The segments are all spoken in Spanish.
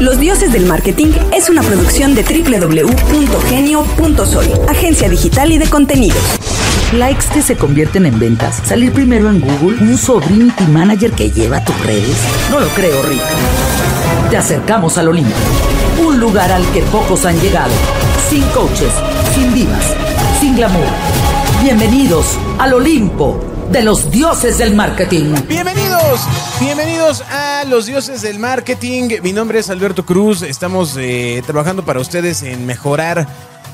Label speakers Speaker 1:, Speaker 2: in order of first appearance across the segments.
Speaker 1: Los Dioses del Marketing es una producción de www.genio.sol, agencia digital y de contenidos.
Speaker 2: Likes que se convierten en ventas, salir primero en Google, un sobrinity manager que lleva tus redes. No lo creo, Rick. Te acercamos al Olimpo, un lugar al que pocos han llegado, sin coaches, sin divas, sin glamour. Bienvenidos al Olimpo de los dioses del marketing.
Speaker 3: Bienvenidos, bienvenidos a los dioses del marketing. Mi nombre es Alberto Cruz. Estamos eh, trabajando para ustedes en mejorar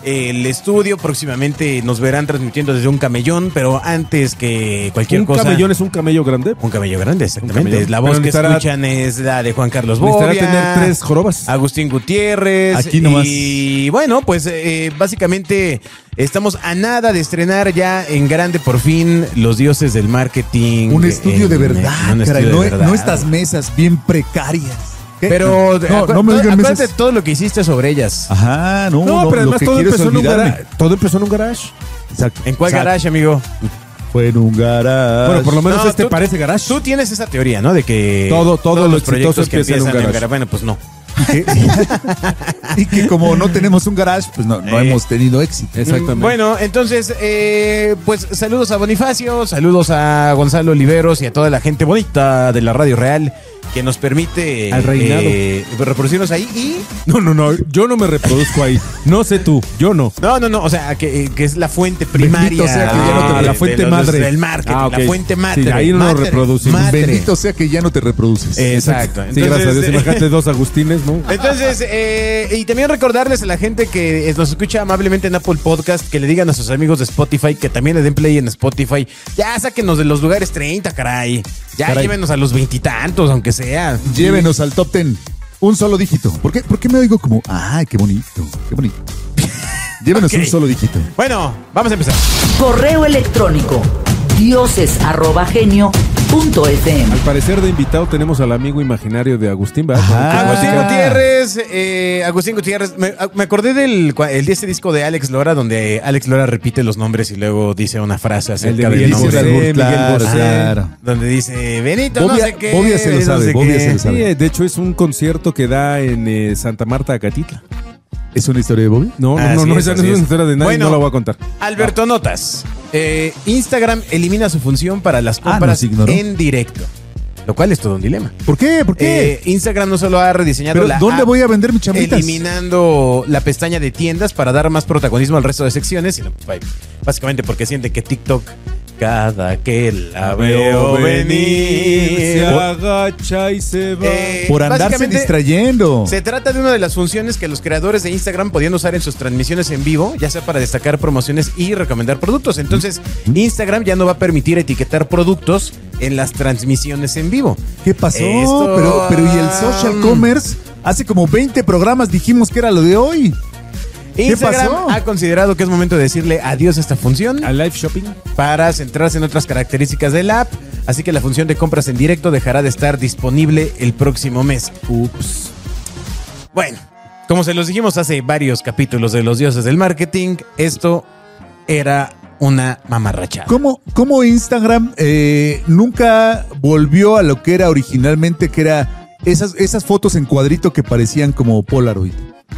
Speaker 3: eh, el estudio. Próximamente nos verán transmitiendo desde un camellón, pero antes que cualquier
Speaker 4: un
Speaker 3: cosa.
Speaker 4: camellón es un camello grande.
Speaker 3: Un camello grande, exactamente.
Speaker 4: camellón.
Speaker 3: La voz
Speaker 4: Pero
Speaker 3: que
Speaker 4: necesitará-
Speaker 3: escuchan es la de Juan Carlos Bobia.
Speaker 4: Necesitará tener tres jorobas.
Speaker 3: Agustín Gutiérrez.
Speaker 4: Aquí nomás.
Speaker 3: Y bueno, pues eh, básicamente estamos a nada de estrenar ya en grande por fin los dioses del marketing.
Speaker 5: Un estudio de
Speaker 3: En-
Speaker 5: verdad,
Speaker 3: en un
Speaker 5: caray,
Speaker 3: estudio
Speaker 5: no,
Speaker 3: de verdad.
Speaker 5: no estas mesas bien precarias. ¿Qué?
Speaker 3: Pero
Speaker 5: no,
Speaker 3: acu-
Speaker 5: no me digan
Speaker 3: acuérdate de
Speaker 5: mesas.
Speaker 3: todo lo que hiciste sobre ellas.
Speaker 6: Ajá, no,
Speaker 4: No,
Speaker 6: no,
Speaker 4: pero
Speaker 6: lo
Speaker 4: además
Speaker 6: que
Speaker 4: todo
Speaker 6: quieres
Speaker 4: empezó, en un
Speaker 6: olvidarme.
Speaker 4: garage, todo empezó en un garage.
Speaker 6: Exacto.
Speaker 3: ¿En cuál
Speaker 6: Exacto.
Speaker 3: garage, amigo?
Speaker 6: Fue en un garage.
Speaker 4: Bueno, por lo menos
Speaker 3: No,
Speaker 4: este
Speaker 3: tú-
Speaker 4: parece garage.
Speaker 3: Tú tienes esa teoría, ¿no? De que
Speaker 4: Todo- todo
Speaker 3: todos
Speaker 4: lo
Speaker 3: los proyectos
Speaker 4: exitoso
Speaker 3: que
Speaker 4: empieza en
Speaker 3: empiezan en
Speaker 4: un
Speaker 3: garage.
Speaker 4: garage.
Speaker 3: Bueno, pues no.
Speaker 5: y que como no tenemos un garage, pues no, no
Speaker 3: Eh.
Speaker 5: hemos tenido éxito.
Speaker 4: Exactamente.
Speaker 3: Mm, Bueno, entonces, eh, pues saludos a Bonifacio, saludos a Gonzalo Oliveros y a toda la gente bonita de la Radio Real que nos permite
Speaker 4: Al reinado.
Speaker 3: eh, reproducirnos ahí y...
Speaker 4: No, no, no. Yo no me reproduzco ahí. No sé tú. Yo no.
Speaker 3: No, no, no, o sea, que, eh, que es la fuente primaria.
Speaker 5: Bendito sea que ya no te-
Speaker 4: Ah,
Speaker 3: de-
Speaker 4: la fuente
Speaker 3: de los-
Speaker 4: madre.
Speaker 3: Del marketing,
Speaker 4: Ah, ok.
Speaker 3: la fuente madre.
Speaker 4: Sí, Eh, ahí no
Speaker 3: madre,
Speaker 4: lo reproducimos.
Speaker 3: madre.
Speaker 5: Bendito sea que ya no te reproduces.
Speaker 3: Exacto.
Speaker 4: sí, gracias a
Speaker 3: Entonces,
Speaker 4: Dios.
Speaker 3: eh,
Speaker 4: Imagínate dos Agustines, ¿no?
Speaker 3: Entonces, eh, y también recordarles a la gente que eh, nos escucha amablemente en Apple Podcast que le digan a sus amigos de Spotify que también le den play en Spotify. Ya sáquenos de los lugares 30, caray. Ya
Speaker 4: Caray.
Speaker 3: llévenos a los veintitantos, aunque sea.
Speaker 5: Llévenos al top ten. Un solo dígito. ¿Por qué, por qué me oigo como, ay, qué bonito, qué bonito? Llévenos
Speaker 3: Ok.
Speaker 5: un solo dígito.
Speaker 3: Bueno, vamos a empezar.
Speaker 2: Correo electrónico dioses@genio.fm.
Speaker 4: Al parecer de invitado tenemos al amigo imaginario de Agustín, ¿verdad?
Speaker 3: Agustín
Speaker 4: Ah.
Speaker 3: Gutiérrez, eh, Agustín Gutiérrez, me, a- me acordé del cua- el, de este disco de Alex Lora, donde Alex Lora repite los nombres y luego dice una frase
Speaker 4: El de
Speaker 3: acerca del
Speaker 4: Miguel
Speaker 5: Dice
Speaker 3: nombre.
Speaker 5: el
Speaker 4: Bosé,
Speaker 5: albur,
Speaker 4: Miguel
Speaker 5: claro,
Speaker 4: Bosé.
Speaker 5: claro.
Speaker 3: Donde dice Benito, no
Speaker 5: Bobia-
Speaker 3: sé qué.
Speaker 5: Bobia se lo
Speaker 3: no
Speaker 5: sabe,
Speaker 3: sé
Speaker 5: Bobia
Speaker 3: qué.
Speaker 5: se lo sabe.
Speaker 4: Sí, eh, de hecho es un concierto que da en eh, Santa Marta, Acatitla.
Speaker 5: ¿Es una historia de Bobby?
Speaker 4: No, no, no,
Speaker 3: Así
Speaker 4: no,
Speaker 3: Ah, es,
Speaker 4: esa no
Speaker 3: así
Speaker 4: es
Speaker 3: es.
Speaker 4: una historia de nadie,
Speaker 3: Bueno.
Speaker 4: no la voy a contar.
Speaker 3: Alberto Notas. eh, Instagram elimina su función para las compras
Speaker 5: Ah, nos ignoró.
Speaker 3: en directo. Lo cual es todo un dilema.
Speaker 5: ¿Por qué? ¿Por qué?
Speaker 3: Eh, Instagram no solo ha rediseñado
Speaker 5: ¿Pero
Speaker 3: la
Speaker 5: dónde
Speaker 3: app,
Speaker 5: voy a vender mis chamitas?
Speaker 3: eliminando la pestaña de tiendas para dar más protagonismo al resto de secciones, sino pues, básicamente porque siente que TikTok cada que la veo
Speaker 4: Se
Speaker 3: venir.
Speaker 4: agacha y se va.
Speaker 3: Eh,
Speaker 5: Por andarse
Speaker 3: básicamente,
Speaker 5: distrayendo.
Speaker 3: se trata de una de las funciones que los creadores de Instagram podían usar en sus transmisiones en vivo, ya sea para destacar promociones y recomendar productos. Entonces, Instagram ya no va a permitir etiquetar productos en las transmisiones en vivo.
Speaker 5: ¿Qué pasó?
Speaker 3: Esto- um,
Speaker 5: Pero, pero ¿y el social commerce? Hace como 20 programas dijimos que era lo de hoy.
Speaker 3: Instagram
Speaker 5: pasó?
Speaker 3: ha considerado que es momento de decirle adiós a esta función
Speaker 4: ¿A live shopping?
Speaker 3: para centrarse en otras características del app, así que la función de compras en directo dejará de estar disponible el próximo mes.
Speaker 4: Ups.
Speaker 3: Bueno, como se los dijimos hace varios capítulos de Los Dioses del Marketing, esto era una mamarrachada.
Speaker 5: ¿Cómo, cómo Instagram eh, nunca volvió a lo que era originalmente, que era esas, esas fotos en cuadrito que parecían como Polaroid?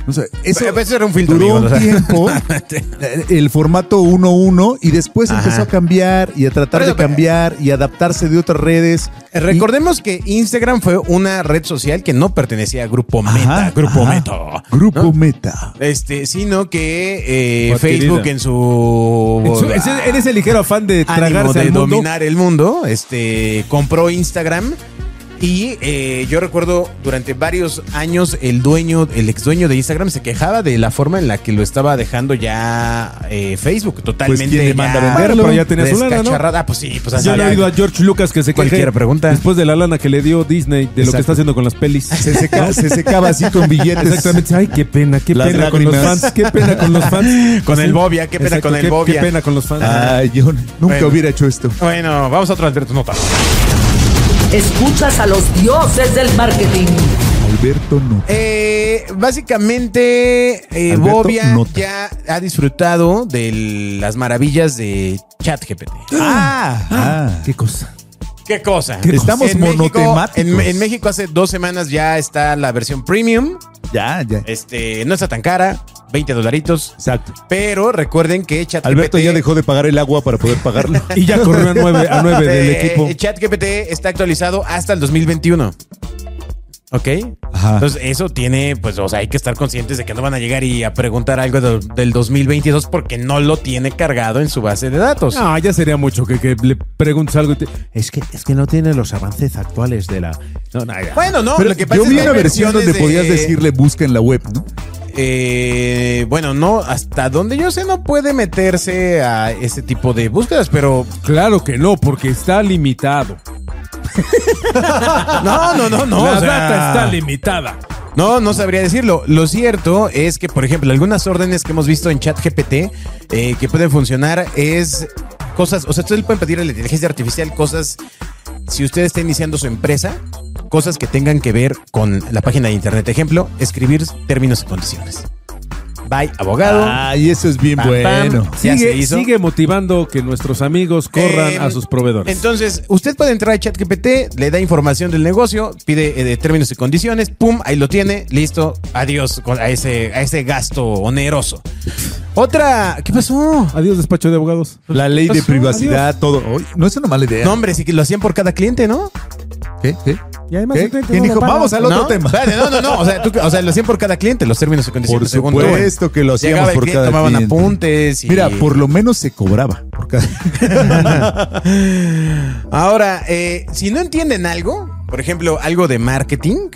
Speaker 5: O sea, eso
Speaker 3: Pero eso era un filtro,
Speaker 5: duró
Speaker 3: amigo,
Speaker 5: un
Speaker 3: o sea.
Speaker 5: tiempo, eh, el formato 1.1, y después
Speaker 3: Ajá.
Speaker 5: empezó a cambiar y a tratar
Speaker 3: Pero, Eh,
Speaker 5: de cambiar y adaptarse de otras redes.
Speaker 3: Recordemos que Instagram fue una red social que no pertenecía a Grupo Meta,
Speaker 5: Ajá,
Speaker 3: Grupo
Speaker 5: ajá.
Speaker 3: Meta,
Speaker 5: Grupo
Speaker 3: ¿no?
Speaker 5: Meta.
Speaker 3: este, sino que eh,
Speaker 4: Fue adquirida.
Speaker 3: Facebook en su,
Speaker 4: Ese- Eres el ligero afán de
Speaker 3: ánimo
Speaker 4: tragarse
Speaker 3: de
Speaker 4: al mundo.
Speaker 3: dominar el mundo, este, compró Instagram y eh, yo recuerdo durante varios años el dueño, el ex dueño de Instagram se quejaba de la forma en la que lo estaba dejando ya eh, Facebook, totalmente.
Speaker 5: ¿quién le manda
Speaker 3: ya
Speaker 5: a venderlo?
Speaker 4: Pero ya tenía su lana, ¿no?
Speaker 3: descacharrada. Ah, pues sí, pues así
Speaker 4: Yo le he
Speaker 3: ya.
Speaker 4: oído a George Lucas que se queje
Speaker 3: Cualquier pregunta.
Speaker 4: Después de la lana que le dio Disney de lo que
Speaker 3: Exacto.
Speaker 4: está haciendo con las pelis.
Speaker 5: Se seca- se secaba así con billetes.
Speaker 4: Exactamente. Ay, qué pena, qué
Speaker 5: Las
Speaker 4: pena con los
Speaker 5: lágrimas.
Speaker 4: fans. Qué pena con los fans.
Speaker 3: Con el Bobia, qué pena con el
Speaker 4: qué-
Speaker 3: Bobia. Ah.
Speaker 4: Qué pena con los fans.
Speaker 5: Ay, yo nunca
Speaker 3: Bueno.
Speaker 5: hubiera hecho esto.
Speaker 3: Bueno, vamos a otro Alberto Nota.
Speaker 2: Escuchas a los dioses del marketing.
Speaker 5: Alberto no.
Speaker 3: Eh, básicamente, eh,
Speaker 5: Alberto
Speaker 3: Bobia
Speaker 5: Nota.
Speaker 3: ya ha disfrutado de las maravillas de ChatGPT.
Speaker 5: Ah,
Speaker 4: Qué cosa.
Speaker 3: ¿Qué cosa?
Speaker 5: ¿Qué Estamos
Speaker 3: En México-
Speaker 5: monotemáticos.
Speaker 3: en- en México hace dos semanas ya está la versión premium.
Speaker 5: Ya, ya.
Speaker 3: Este, no está tan cara, 20 dolaritos.
Speaker 5: Exacto.
Speaker 3: Pero recuerden que ChatGPT.
Speaker 6: Alberto ya dejó de pagar el agua para poder pagarlo.
Speaker 4: Y ya corrió a 9, a nueve del
Speaker 3: eh,
Speaker 4: equipo.
Speaker 3: ChatGPT está actualizado hasta el 2021. ¿Ok?
Speaker 5: Ajá.
Speaker 3: Entonces, eso tiene, pues, o sea, hay que estar conscientes de que no van a llegar y a preguntar algo de- del 2022 porque no lo tiene cargado en su base de datos.
Speaker 4: Ah, ya sería mucho que, que le preguntes algo y te-
Speaker 7: Es que, es que no tiene los avances actuales de la. No, no, ya.
Speaker 3: Bueno, no, lo que pasa
Speaker 5: Yo
Speaker 3: es
Speaker 5: vi
Speaker 3: que hay
Speaker 5: una versión donde
Speaker 3: versiones
Speaker 5: podías
Speaker 3: de-
Speaker 5: decirle busca en la web, ¿no?
Speaker 3: Eh, bueno, no, hasta donde yo sé, no puede meterse a este tipo de búsquedas, pero
Speaker 4: Claro que no, porque está limitado.
Speaker 3: no, no, no, no.
Speaker 4: la
Speaker 3: o sea,
Speaker 4: data está limitada.
Speaker 3: No, no sabría decirlo. Lo cierto es que, por ejemplo, algunas órdenes que hemos visto en ChatGPT eh, que pueden funcionar es cosas, o sea, ustedes le pueden pedir a la inteligencia artificial cosas, si usted está iniciando su empresa, cosas que tengan que ver con la página de internet. Ejemplo, escribir términos y condiciones. Bye, abogado.
Speaker 5: Ay, eso es bien
Speaker 3: Pam, pam.
Speaker 5: bueno.
Speaker 3: Ya se
Speaker 4: Sigue,
Speaker 3: hizo.
Speaker 4: sigue motivando que nuestros amigos corran
Speaker 3: Eh,
Speaker 4: a sus proveedores.
Speaker 3: Entonces, usted puede entrar a ChatGPT, le da información del negocio, pide eh, de términos y condiciones, pum, ahí lo tiene, listo, adiós con- a ese, a ese gasto oneroso. Otra, ¿qué pasó?
Speaker 4: Adiós, despacho de abogados. Pues,
Speaker 5: La ley de
Speaker 4: Adiós.
Speaker 5: privacidad, todo. Ay, no es una mala idea.
Speaker 3: Pues, No, hombre, sí que lo hacían por cada cliente, ¿no?
Speaker 5: ¿Qué? ¿Qué?
Speaker 4: Y además,
Speaker 5: ¿Qué?
Speaker 4: no te-
Speaker 5: ¿Quién
Speaker 4: no lo
Speaker 5: dijo?
Speaker 4: pagan.
Speaker 5: Vamos al otro
Speaker 3: ¿No?
Speaker 5: tema.
Speaker 3: Espérate, no, no, no. O sea, tú- o sea, lo hacían por cada cliente, los términos y condiciones.
Speaker 5: Por
Speaker 3: según tú.
Speaker 5: supuesto que lo hacíamos
Speaker 3: Llegaba el
Speaker 5: por
Speaker 3: cliente,
Speaker 5: cada
Speaker 3: tomaban
Speaker 5: cliente.
Speaker 3: apuntes. y-
Speaker 5: Mira, por lo menos se cobraba. por cada-
Speaker 3: Ahora, eh, si no entienden algo, por ejemplo, algo de marketing,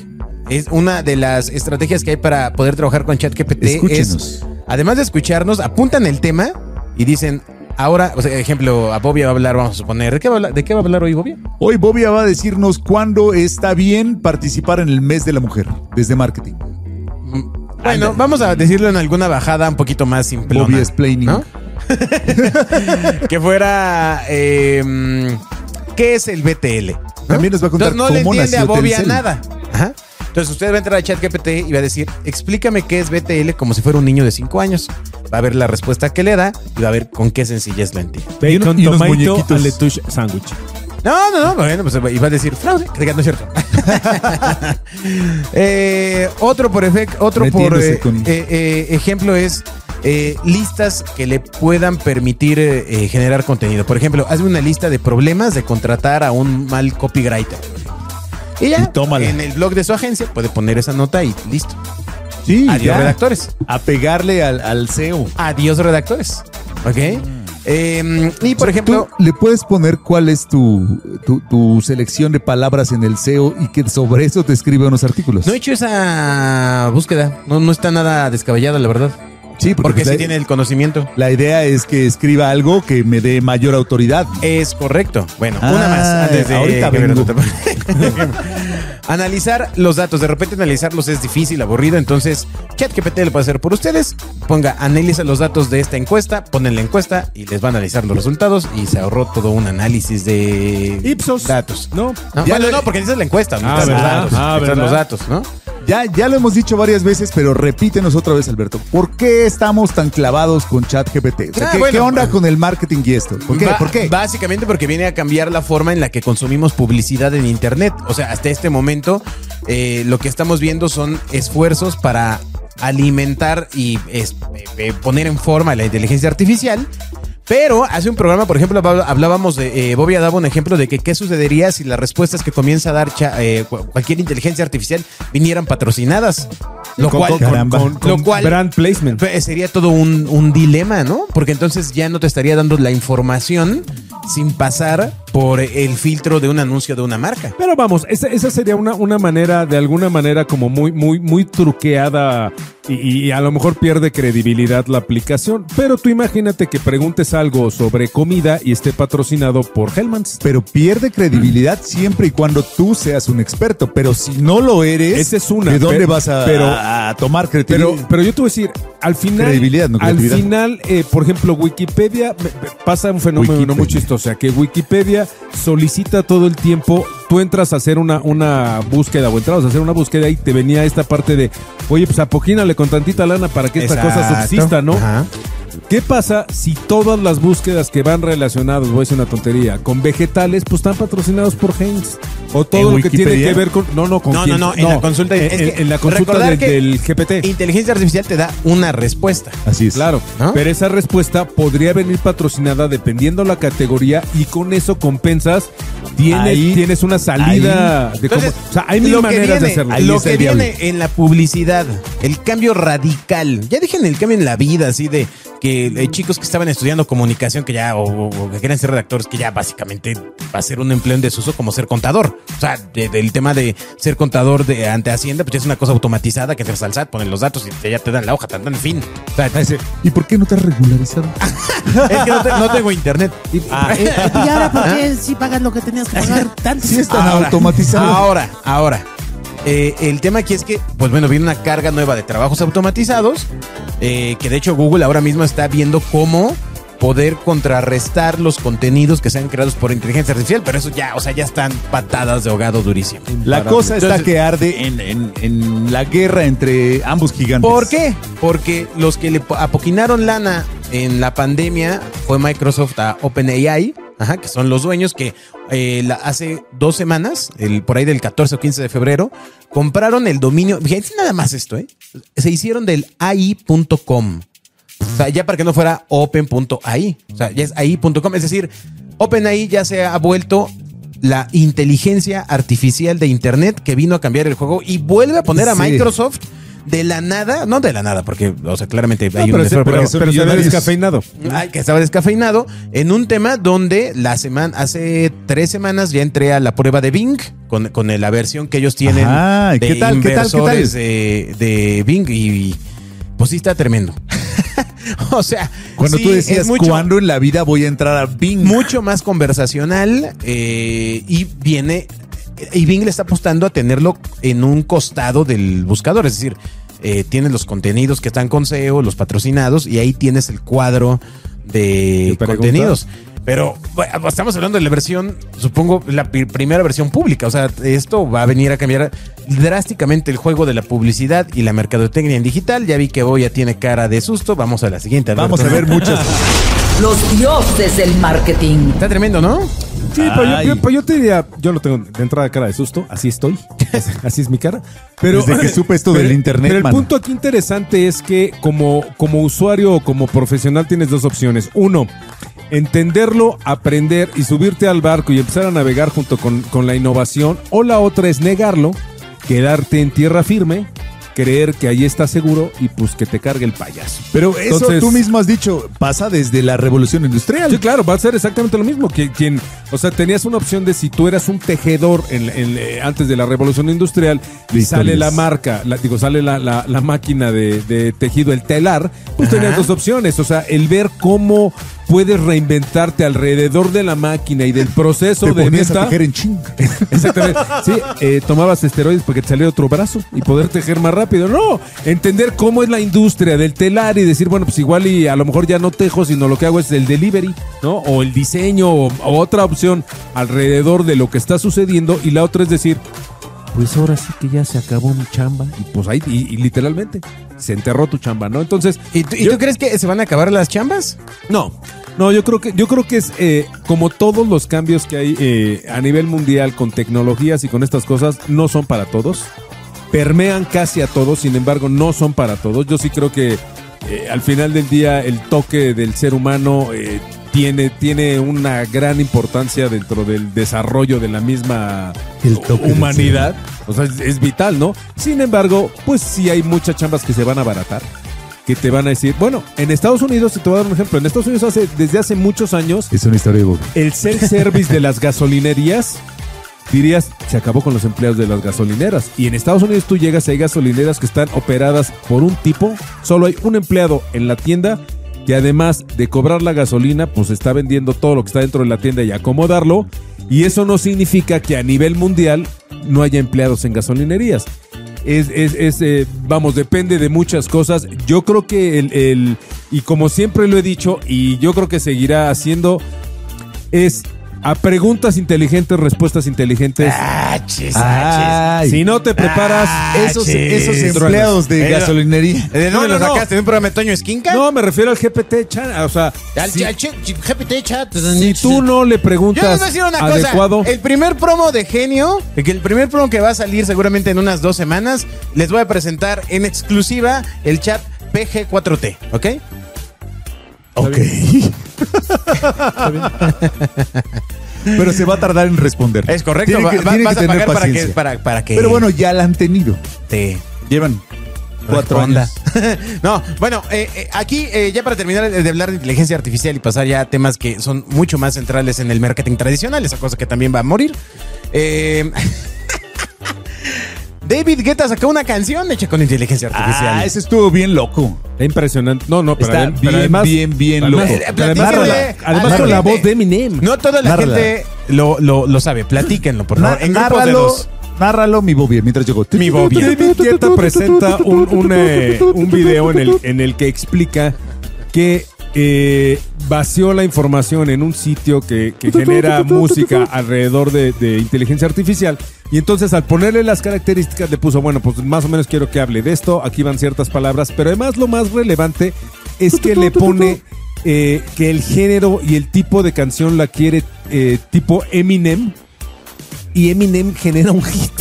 Speaker 3: es una de las estrategias que hay para poder trabajar con ChatGPT.
Speaker 5: Escúchenos.
Speaker 3: Es, además de escucharnos, apuntan el tema y dicen, ahora, o sea, ejemplo, a Bobia va a hablar, vamos a suponer, ¿de qué va a hablar, de qué va a hablar hoy Bobia?
Speaker 5: Hoy Bobia va a decirnos cuándo está bien participar en el mes de la mujer desde marketing.
Speaker 3: Bueno, vamos a decirlo en alguna bajada un poquito más simple.
Speaker 5: Bobia explaining.
Speaker 3: ¿no? que fuera... eh, mm, ¿Qué es el BTL? ¿no?
Speaker 5: También nos va a contar
Speaker 3: Entonces no le
Speaker 5: cómo
Speaker 3: entiende
Speaker 5: nació
Speaker 3: a Bobby a
Speaker 5: Telcel.
Speaker 3: nada. Ajá. Entonces usted va a entrar a ChatGPT y va a decir, explícame qué es BTL como si fuera un niño de 5 años. Va a ver la respuesta que le da y va a ver con qué sencillez la entiende.
Speaker 4: Bacon,
Speaker 5: y unos
Speaker 4: tomato,
Speaker 5: muñequitos.
Speaker 4: aletush, sándwich.
Speaker 3: No, no, no, bueno, pues y va a decir fraude, que diga, no es cierto. Eh, otro por efecto, otro por
Speaker 5: Metiéndose
Speaker 3: eh,
Speaker 5: con-
Speaker 3: eh, eh, ejemplo es eh, listas que le puedan permitir eh, eh, generar contenido. Por ejemplo, hazme una lista de problemas de contratar a un mal copywriter. Y ya,
Speaker 5: Y tómala.
Speaker 3: en el blog de su agencia puede poner esa nota y listo.
Speaker 5: Sí,
Speaker 3: Adiós
Speaker 5: ya.
Speaker 3: redactores.
Speaker 5: A pegarle al, al E CEO.
Speaker 3: Adiós redactores. ¿Ok? Eh, y por ejemplo...
Speaker 5: Mm. Tú le puedes poner cuál es tu, tu, tu selección de palabras en el SEO y que sobre eso te escribe unos artículos.
Speaker 3: No he hecho esa búsqueda. No, no está nada descabellada, la verdad.
Speaker 5: sí, porque,
Speaker 3: Porque
Speaker 5: pues,
Speaker 3: sí
Speaker 5: la,
Speaker 3: tiene el conocimiento.
Speaker 5: la idea es que escriba algo que me dé mayor autoridad. Eh,
Speaker 3: Es correcto. Bueno,
Speaker 5: Ah,
Speaker 3: una más. Antes de
Speaker 5: ahorita
Speaker 3: que me
Speaker 5: vengo.
Speaker 3: lo- analizar los datos. De repente analizarlos es difícil, aburrido. Entonces, ChatGPT lo puede hacer por ustedes. Ponga, analiza los datos de esta encuesta, ponen la encuesta y les va a analizar los resultados y se ahorró todo un análisis de
Speaker 4: Ipsos.
Speaker 3: datos.
Speaker 4: No.
Speaker 3: No,
Speaker 5: Ya
Speaker 3: bueno,
Speaker 5: lo-
Speaker 3: no, porque necesitas la encuesta, no
Speaker 4: Ah,
Speaker 3: necesitas
Speaker 4: ¿verdad?
Speaker 3: los datos,
Speaker 4: Ah,
Speaker 3: necesitas los
Speaker 4: ¿verdad?
Speaker 3: datos, ¿no?
Speaker 5: Ya, ya lo hemos dicho varias veces, pero repítenos otra vez, Alberto. ¿Por qué estamos tan clavados con ChatGPT? O sea,
Speaker 3: Ah,
Speaker 5: ¿qué,
Speaker 3: bueno.
Speaker 5: qué onda con el marketing y esto? ¿Por qué?
Speaker 3: Ba-
Speaker 5: ¿Por qué?
Speaker 3: Básicamente porque viene a cambiar la forma en la que consumimos publicidad en Internet. O sea, hasta este momento eh, lo que estamos viendo son esfuerzos para alimentar y es- eh, eh, poner en forma la inteligencia artificial. Pero hace un programa, por ejemplo, habl- hablábamos de. Eh, Bobia daba un ejemplo de que qué sucedería si las respuestas que comienza a dar cha- eh, cu- cualquier inteligencia artificial vinieran patrocinadas. Lo
Speaker 5: Con-
Speaker 3: cual.
Speaker 5: con- Caramba.
Speaker 4: Con, con
Speaker 3: lo cual.
Speaker 4: brand placement.
Speaker 3: Pues, Sería todo un, un dilema, ¿no? Porque entonces ya no te estaría dando la información sin pasar por el filtro de un anuncio de una marca.
Speaker 4: Pero vamos, esa, esa sería una, una manera, de alguna manera, como muy, muy, muy truqueada y, y a lo mejor pierde credibilidad la aplicación. Pero tú imagínate que preguntes algo sobre comida y esté patrocinado por Hellman's.
Speaker 5: Pero pierde credibilidad siempre y cuando tú seas un experto. Pero si no lo eres,
Speaker 4: Esa es una,
Speaker 5: ¿de dónde
Speaker 4: pero-
Speaker 5: vas a,
Speaker 4: pero-
Speaker 5: a tomar credibilidad?
Speaker 4: Pero, pero yo te voy a decir, al final,
Speaker 5: Credibilidad, no
Speaker 4: al
Speaker 5: creatividad.
Speaker 4: final, eh, por ejemplo, Wikipedia me- me- pasa un fenómeno
Speaker 5: Wikipedia.
Speaker 4: muy chistoso, o sea, que Wikipedia solicita todo el tiempo, tú entras a hacer una, una búsqueda o entrabas a hacer una búsqueda y te venía esta parte de, oye, pues apoquínale con tantita lana para que esta cosa
Speaker 3: Exacto.
Speaker 4: subsista, ¿no?
Speaker 3: Ajá.
Speaker 4: ¿Qué pasa si todas las búsquedas que van relacionadas, voy a decir una tontería, con vegetales, pues están patrocinados por Heinz? O todo
Speaker 5: ¿En
Speaker 4: lo que tiene
Speaker 5: Wikipedia?
Speaker 4: que ver con. No, no, con
Speaker 3: No, no,
Speaker 4: quién-
Speaker 3: no, en la consulta.
Speaker 4: En,
Speaker 3: es que
Speaker 4: en- en la consulta
Speaker 3: recordar
Speaker 4: del,
Speaker 3: que
Speaker 4: del GPT.
Speaker 3: Inteligencia artificial te da una respuesta.
Speaker 5: Así es.
Speaker 4: Claro,
Speaker 3: ¿No?
Speaker 4: pero esa respuesta podría venir patrocinada dependiendo la categoría y con eso compensas. Tienes,
Speaker 5: Ahí-
Speaker 4: tienes una salida de cómo-
Speaker 3: Entonces,
Speaker 4: O sea, hay mil
Speaker 3: lo que
Speaker 4: maneras de
Speaker 3: viene-
Speaker 4: hacerlo.
Speaker 5: ahí
Speaker 3: Lo
Speaker 5: está
Speaker 3: que
Speaker 5: el diablo.
Speaker 3: viene en la publicidad, el cambio radical. Ya dije en el cambio en la vida, así de que eh, chicos que estaban estudiando comunicación, que ya, o, o- o que querían ser redactores, que ya básicamente va a ser un empleo en desuso como ser contador. O sea, de- del tema de ser contador de ante Hacienda, pues ya es una cosa automatizada que entras al SAT, ponen los datos y te- ya te dan la hoja, tan, tan, en fin. O sea, es
Speaker 5: ¿Y por qué no te has regularizado?
Speaker 3: que no, te- no tengo internet.
Speaker 8: ¿Y ahora por qué si pagas lo que tenías que pagar tanto?
Speaker 5: Sí, es tan
Speaker 3: Ahora,
Speaker 5: automatizado.
Speaker 3: Ahora, ahora. Eh, el tema aquí es que, pues bueno, viene una carga nueva de trabajos automatizados, eh, que de hecho Google ahora mismo está viendo cómo poder contrarrestar los contenidos que sean creados por inteligencia artificial, pero eso ya, o sea, ya están patadas de ahogado durísimo.
Speaker 5: La cosa está
Speaker 3: Entonces-
Speaker 5: que arde en, en- en la guerra entre ambos gigantes.
Speaker 3: ¿Por qué? Porque los que le po- apoquinaron lana en la pandemia fue Microsoft a OpenAI, ajá, que son los dueños que eh, la- hace dos semanas, el, por ahí del 14 o 15 de febrero, compraron el dominio. Fíjense nada más esto, ¿eh? Se hicieron del AI.com. O sea, ya para que no fuera open.ai. O sea, ya es ai.com. Es decir, OpenAI ya se ha vuelto la inteligencia artificial de Internet que vino a cambiar el juego y vuelve a poner a
Speaker 5: Sí.
Speaker 3: Microsoft de la nada. No de la nada, porque, o sea, claramente hay
Speaker 4: No,
Speaker 3: un
Speaker 4: pero se-
Speaker 3: desorden,
Speaker 4: pero-
Speaker 5: son
Speaker 4: pero se ve
Speaker 5: millonarios.
Speaker 4: descafeinado.
Speaker 3: Ay, que estaba descafeinado en un tema donde la semana, hace tres semanas ya entré a la prueba de Bing con, con la versión que ellos tienen
Speaker 5: Ajá, ¿y
Speaker 3: de
Speaker 5: qué tal, qué tal, qué tal?
Speaker 3: inversores De, de Bing y, y, pues sí está tremendo. o sea,
Speaker 5: Cuando
Speaker 3: sí,
Speaker 5: tú
Speaker 3: es
Speaker 5: decías,
Speaker 3: mucho,
Speaker 5: ¿cuándo en la vida voy a entrar a Bing?
Speaker 3: mucho más conversacional eh, y viene y Bing le está apostando a tenerlo en un costado del buscador, es decir, eh, tienes los contenidos que están con SEO, los patrocinados y ahí tienes el cuadro de
Speaker 4: ¿De preguntas?
Speaker 3: contenidos. Pero bueno, pues, estamos hablando de la versión, supongo, la pri- primera versión pública. O sea, esto va a venir a cambiar drásticamente el juego de la publicidad y la mercadotecnia en digital. Ya vi que hoy ya tiene cara de susto. Vamos a la siguiente. Alberto.
Speaker 5: Vamos a ver muchas.
Speaker 2: Los dioses del marketing.
Speaker 3: Está tremendo, ¿no?
Speaker 4: Sí, pero yo-
Speaker 5: Ay.
Speaker 4: yo, pero yo te diría, yo lo tengo de entrada cara de susto, así estoy, así- así es mi cara. Pero,
Speaker 5: Desde que supe esto del internet,
Speaker 4: Pero el
Speaker 5: mano.
Speaker 4: punto aquí interesante es que como, como usuario o como profesional tienes dos opciones. Uno, entenderlo, aprender y subirte al barco y empezar a navegar junto con, con la innovación. O la otra es negarlo, quedarte en tierra firme, creer que ahí está seguro y pues que te cargue el payaso.
Speaker 5: Pero eso
Speaker 4: Entonces-
Speaker 5: tú mismo has dicho, pasa desde la revolución industrial.
Speaker 4: Sí, claro, va a ser exactamente lo mismo. que quien, o sea, tenías una opción de si tú eras un tejedor en- en- eh, antes de la revolución industrial, y
Speaker 5: historias.
Speaker 4: sale la marca, la- digo, sale la, la- la máquina de, de tejido, el telar, pues tenías dos opciones. O sea, el ver cómo puedes reinventarte alrededor de la máquina y del proceso
Speaker 5: Te
Speaker 4: de
Speaker 5: ponías
Speaker 4: esta-
Speaker 5: a tejer en chinga.
Speaker 4: Exactamente. Sí, eh, tomabas esteroides porque te salía otro brazo y poder tejer más rápido. No, entender cómo es la industria del telar y decir, bueno, pues igual y a lo mejor ya no tejo, sino lo que hago es el delivery, ¿no? O el diseño o, o otra opción alrededor de lo que está sucediendo. Y la otra es decir,
Speaker 7: Pues ahora sí que ya se acabó mi chamba.
Speaker 4: y pues ahí, y, y literalmente, se enterró tu chamba, ¿no? Entonces,
Speaker 3: ¿Y, tú, y
Speaker 4: yo-
Speaker 3: tú crees que se van a acabar las chambas?
Speaker 4: No, no, yo creo que, yo creo que es eh, como todos los cambios que hay eh, a nivel mundial con tecnologías y con estas cosas, no son para todos. Permean casi a todos, sin embargo, no son para todos. Yo sí creo que eh, al final del día el toque del ser humano eh, tiene, tiene una gran importancia dentro del desarrollo de la misma
Speaker 5: El toque del
Speaker 4: humanidad. O sea, es, es vital, ¿no? Sin embargo, pues sí hay muchas chambas que se van a abaratar que te van a decir, bueno, en Estados Unidos, te voy a dar un ejemplo, en Estados Unidos hace, desde hace muchos años,
Speaker 5: Es una historia de Bob.
Speaker 4: el self-service de las gasolinerías, dirías, se acabó con los empleados de las gasolineras. Y en Estados Unidos tú llegas, hay gasolineras que están operadas por un tipo, solo hay un empleado en la tienda que además de cobrar la gasolina, pues está vendiendo todo lo que está dentro de la tienda y acomodarlo. Y eso no significa que a nivel mundial no haya empleados en gasolinerías. Es, es, es, eh, vamos, depende de muchas cosas. Yo creo que el, el, y como siempre lo he dicho, y yo creo que seguirá haciendo, es a preguntas inteligentes, respuestas inteligentes.
Speaker 3: Ah, Hachis,
Speaker 5: Ay.
Speaker 4: si no te preparas,
Speaker 3: Ah,
Speaker 5: esos, esos
Speaker 3: chis.
Speaker 5: empleados de
Speaker 3: Eh, no.
Speaker 5: gasolinería.
Speaker 3: ¿De
Speaker 4: No,
Speaker 3: dónde lo
Speaker 4: no, no.
Speaker 3: sacaste? ¿De un programa de Toño Esquinca?
Speaker 4: No, me refiero al GPT chan, o sea,
Speaker 3: Al,
Speaker 4: si,
Speaker 3: al chi- chi- GPT chat.
Speaker 4: si tú no le
Speaker 3: Yo les
Speaker 4: preguntas
Speaker 3: voy a decir una
Speaker 4: adecuado,
Speaker 3: cosa. El primer promo de Genio, que el primer promo que va a salir seguramente en unas dos semanas, les voy a presentar en exclusiva el chat PG4T, ¿ok?
Speaker 5: Ok. Pero se va a tardar en responder.
Speaker 3: Es correcto.
Speaker 5: Tienen
Speaker 3: va-
Speaker 5: que-
Speaker 3: va-
Speaker 5: tienen
Speaker 3: vas
Speaker 5: que
Speaker 3: a
Speaker 5: tener
Speaker 3: pagar para que,
Speaker 5: paciencia.
Speaker 3: para, para que
Speaker 5: Pero bueno, ya la han tenido.
Speaker 3: te
Speaker 5: Llevan cuatro
Speaker 3: responda.
Speaker 5: años.
Speaker 3: no, bueno, eh, eh, aquí eh, ya para terminar de hablar de inteligencia artificial y pasar ya a temas que son mucho más centrales en el marketing tradicional, esa cosa que también va a morir. eh, David Guetta sacó una canción hecha con inteligencia artificial.
Speaker 5: Ah, ese estuvo bien loco.
Speaker 4: impresionante. No, no, pero,
Speaker 5: Está
Speaker 4: adem- pero
Speaker 5: bien,
Speaker 4: además,
Speaker 5: bien, bien
Speaker 4: además-
Speaker 5: loco.
Speaker 4: pero además, con la,
Speaker 3: Platíquenle
Speaker 4: además
Speaker 3: a
Speaker 4: con la
Speaker 3: gente.
Speaker 4: voz de Eminem.
Speaker 3: No toda la
Speaker 5: Nárrala.
Speaker 3: gente lo, lo- lo sabe. Platíquenlo, por favor.
Speaker 5: Na-
Speaker 3: En grupos de
Speaker 5: nárralo,
Speaker 3: dos.
Speaker 5: nárralo, mi Bobby, mientras llegó.
Speaker 3: Mi Bobby.
Speaker 4: David Guetta presenta un, un, eh, un video en el, en el que explica que eh, vació la información en un sitio que, que genera música alrededor de, de inteligencia artificial. Y entonces al ponerle las características le puso, bueno, pues más o menos quiero que hable de esto, aquí van ciertas palabras, pero además lo más relevante es que le pone eh, que el género y el tipo de canción la quiere eh, tipo Eminem y Eminem genera un hit.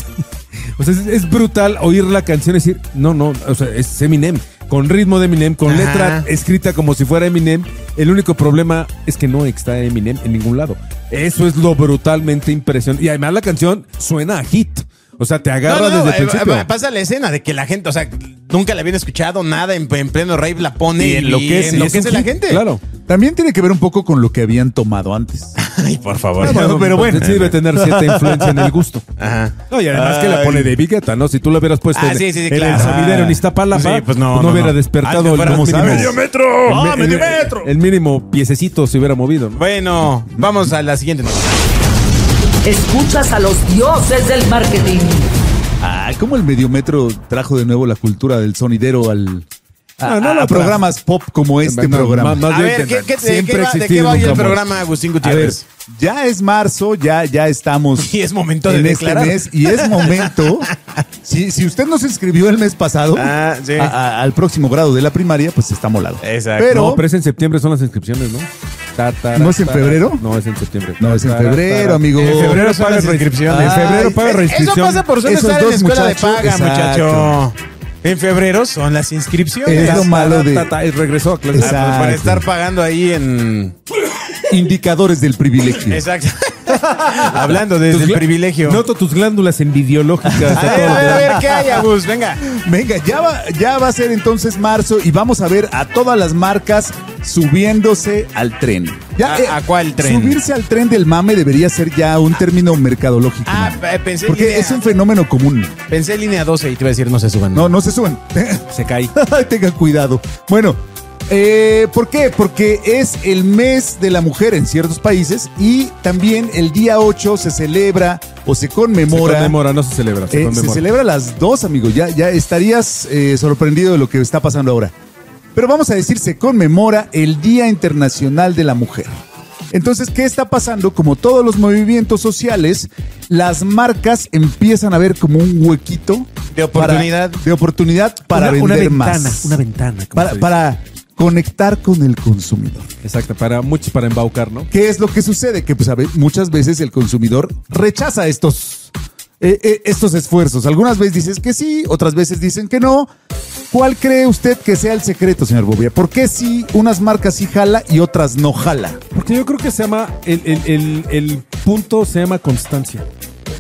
Speaker 4: O sea, es, es brutal oír la canción y decir, no, no, o sea, es Eminem, con ritmo de Eminem, con
Speaker 3: Ajá.
Speaker 4: letra escrita como si fuera Eminem. El único problema es que no está Eminem en ningún lado. Eso es lo brutalmente impresionante. Y además la canción suena a hit. O sea, te
Speaker 3: No,
Speaker 4: agarra
Speaker 3: no, no,
Speaker 4: desde el
Speaker 3: eh,
Speaker 4: principio.
Speaker 3: eh, pasa la escena de que la gente, o sea, nunca la habían escuchado, nada, en, en pleno rave la pone y,
Speaker 4: Y enloquece,
Speaker 3: enloquece,
Speaker 4: y es un
Speaker 3: la
Speaker 4: hit,
Speaker 3: gente.
Speaker 4: Claro.
Speaker 5: También tiene que ver un poco con lo que habían tomado antes.
Speaker 3: Ay, por favor.
Speaker 5: pero bueno.
Speaker 4: Sí debe tener cierta influencia en el gusto.
Speaker 3: Ajá.
Speaker 4: No, y además que la pone de Guetta, ¿no? Si tú la hubieras puesto
Speaker 3: Ah,
Speaker 4: en,
Speaker 3: sí, sí, sí,
Speaker 4: en el
Speaker 3: claro.
Speaker 4: sonidero en Iztapalapa,
Speaker 3: Sí, pues no, no,
Speaker 4: hubiera
Speaker 3: no.
Speaker 4: despertado
Speaker 3: Antes
Speaker 4: el
Speaker 3: fuéramos
Speaker 4: más mínimo-
Speaker 3: ¡Medio
Speaker 4: metro!
Speaker 3: ¡Ah, medio metro!
Speaker 4: El mínimo piececito se hubiera movido, ¿no?
Speaker 3: Bueno, vamos a la siguiente noticia.
Speaker 2: Escuchas a los dioses del marketing.
Speaker 5: Ah, ¿cómo el mediometro trajo de nuevo la cultura del sonidero al a,
Speaker 4: No, no lo
Speaker 5: a
Speaker 4: trajo.
Speaker 5: programas pop como este
Speaker 4: No,
Speaker 5: programa?
Speaker 4: más- más
Speaker 3: A
Speaker 4: bien
Speaker 3: ver, ¿qué,
Speaker 4: tendrán.
Speaker 3: qué- de,
Speaker 4: Siempre
Speaker 3: qué va, de
Speaker 4: existir,
Speaker 3: qué va hoy
Speaker 4: nunca
Speaker 3: el
Speaker 4: morir.
Speaker 3: programa, Agustín
Speaker 5: a ver,
Speaker 3: Gutiérrez?
Speaker 5: ya es marzo, ya, ya estamos
Speaker 3: y es momento de
Speaker 5: en este
Speaker 3: declarar.
Speaker 5: mes y es momento. si, si usted no se inscribió el mes pasado
Speaker 3: Ah, sí.
Speaker 5: a- a- al próximo grado de la primaria, pues está molado.
Speaker 3: Exacto.
Speaker 5: Pero,
Speaker 4: No, pero es en septiembre, son las inscripciones, ¿no? Ta, ta,
Speaker 5: ¿No es en
Speaker 4: ta,
Speaker 5: febrero?
Speaker 4: ta. No, es en septiembre.
Speaker 5: No, es en febrero, amigo.
Speaker 4: En febrero Ah,
Speaker 3: son
Speaker 4: paga
Speaker 3: las
Speaker 4: reinscripción.
Speaker 3: Oh, inscripciones.
Speaker 4: En febrero
Speaker 5: Ay,
Speaker 4: paga
Speaker 3: Eso
Speaker 5: eso
Speaker 4: reinscripción.
Speaker 3: pasa por solo
Speaker 5: Esos
Speaker 3: estar en la
Speaker 5: dos
Speaker 3: escuela de
Speaker 5: muchachos,
Speaker 3: paga,
Speaker 5: exacto.
Speaker 3: muchacho. En febrero son las inscripciones.
Speaker 5: Es lo malo de-
Speaker 4: Ta, ta, y regresó a clases.
Speaker 5: Exacto.
Speaker 3: Ah, pues, para estar pagando ahí en.
Speaker 5: indicadores del privilegio.
Speaker 3: Exacto. Hablando desde
Speaker 4: Tus
Speaker 3: el
Speaker 4: gla-
Speaker 3: privilegio.
Speaker 4: Noto tus glándulas envidiológicas.
Speaker 3: A ver, a ver, a ver, ¿qué hay, Agus? Venga.
Speaker 5: Venga, ya va, ya va a ser entonces marzo y vamos a ver a todas las marcas subiéndose al tren. Ya, eh,
Speaker 3: ¿A- a cuál tren?
Speaker 5: Subirse al tren del mame debería ser ya un término mercadológico.
Speaker 3: Ah,
Speaker 5: mano.
Speaker 3: pe- pensé
Speaker 5: porque
Speaker 3: línea,
Speaker 5: es un fenómeno común.
Speaker 3: pensé en línea 12 y te iba a decir no se suban.
Speaker 5: No, no se suben.
Speaker 4: Se cae.
Speaker 5: Tengan cuidado. Bueno, eh, ¿por qué? Porque es el mes de la mujer en ciertos países y también el día 8 se celebra o se conmemora.
Speaker 4: Se conmemora, no se celebra. Se
Speaker 5: Eh, se
Speaker 4: conmemora.
Speaker 5: celebra a las dos, amigo. Ya, ya estarías eh, sorprendido de lo que está pasando ahora. Pero vamos a decir, se conmemora el Día Internacional de la Mujer. Entonces, ¿qué está pasando? Como todos los movimientos sociales, las marcas empiezan a ver como un huequito
Speaker 3: De
Speaker 5: para-
Speaker 3: oportunidad.
Speaker 5: de oportunidad para
Speaker 7: Ah, una,
Speaker 5: vender
Speaker 7: una ventana,
Speaker 5: más,
Speaker 7: una ventana. como
Speaker 5: para,
Speaker 7: se dice.
Speaker 5: para conectar con el consumidor.
Speaker 4: Exacto, para muchos para embaucar, ¿no?
Speaker 5: ¿Qué es lo que sucede? Que pues, a ve- muchas veces el consumidor rechaza estos, eh, eh, estos esfuerzos. Algunas veces dices que sí, otras veces dicen que no. ¿Cuál cree usted que sea el secreto, señor Bobia? ¿Por qué sí unas marcas sí jala y otras no jala?
Speaker 4: Porque yo creo que se llama, el, el- el- el punto se llama constancia.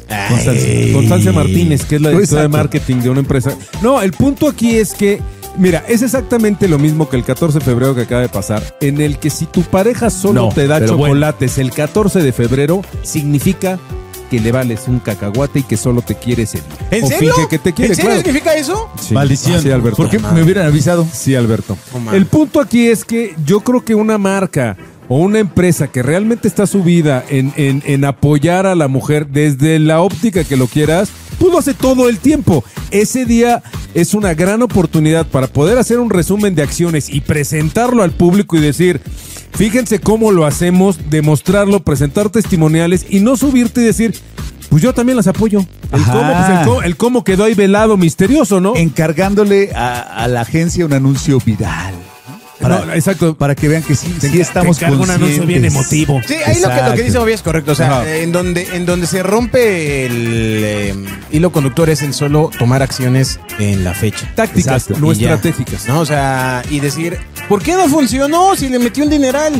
Speaker 3: Ay.
Speaker 4: Constancia, Constancia Martínez, que es la directora de
Speaker 5: Exacto.
Speaker 4: marketing de una empresa. No, el punto aquí es que, mira, es exactamente lo mismo que el 14 de febrero que acaba de pasar, en el que si tu pareja solo
Speaker 5: No,
Speaker 4: te da
Speaker 5: pero
Speaker 4: chocolates el 14 de febrero, significa que le vales un cacahuate y que solo te quiere ese día.
Speaker 3: ¿En
Speaker 4: O
Speaker 3: serio?
Speaker 4: finge que te quiere,
Speaker 3: ¿En serio
Speaker 4: claro.
Speaker 3: significa eso?
Speaker 4: Sí. Sí, Alberto.
Speaker 5: ¿Por qué me hubieran avisado?
Speaker 4: Sí, Alberto.
Speaker 3: No mames.
Speaker 4: el punto aquí es que yo creo que una marca o una empresa que realmente está subida en, en- en apoyar a la mujer desde la óptica que lo quieras, pues lo hace todo el tiempo. Ese día es una gran oportunidad para poder hacer un resumen de acciones y presentarlo al público y decir, Fíjense cómo lo hacemos, demostrarlo, presentar testimoniales y no subirte y decir, pues yo también las apoyo. El,
Speaker 5: Ajá.
Speaker 4: cómo, pues el, cómo, el cómo quedó ahí velado, misterioso, ¿no?
Speaker 5: Encargándole a, a la agencia un anuncio viral. ¿no? Para,
Speaker 4: No, exacto.
Speaker 5: para que vean que sí, sí estamos
Speaker 7: encargo un anuncio bien
Speaker 5: conscientes.
Speaker 7: emotivo.
Speaker 3: Sí, ahí lo que, lo que
Speaker 5: Exacto.
Speaker 3: dice Bobby es correcto. O sea,
Speaker 5: Ajá.
Speaker 3: en donde, en donde se rompe el eh, hilo conductor es en solo tomar acciones en la fecha.
Speaker 4: Tácticas,
Speaker 5: Exacto.
Speaker 4: no
Speaker 3: Y ya.
Speaker 4: estratégicas.
Speaker 3: ¿No? O sea, y decir, ¿por qué no funcionó si le metí un dineral?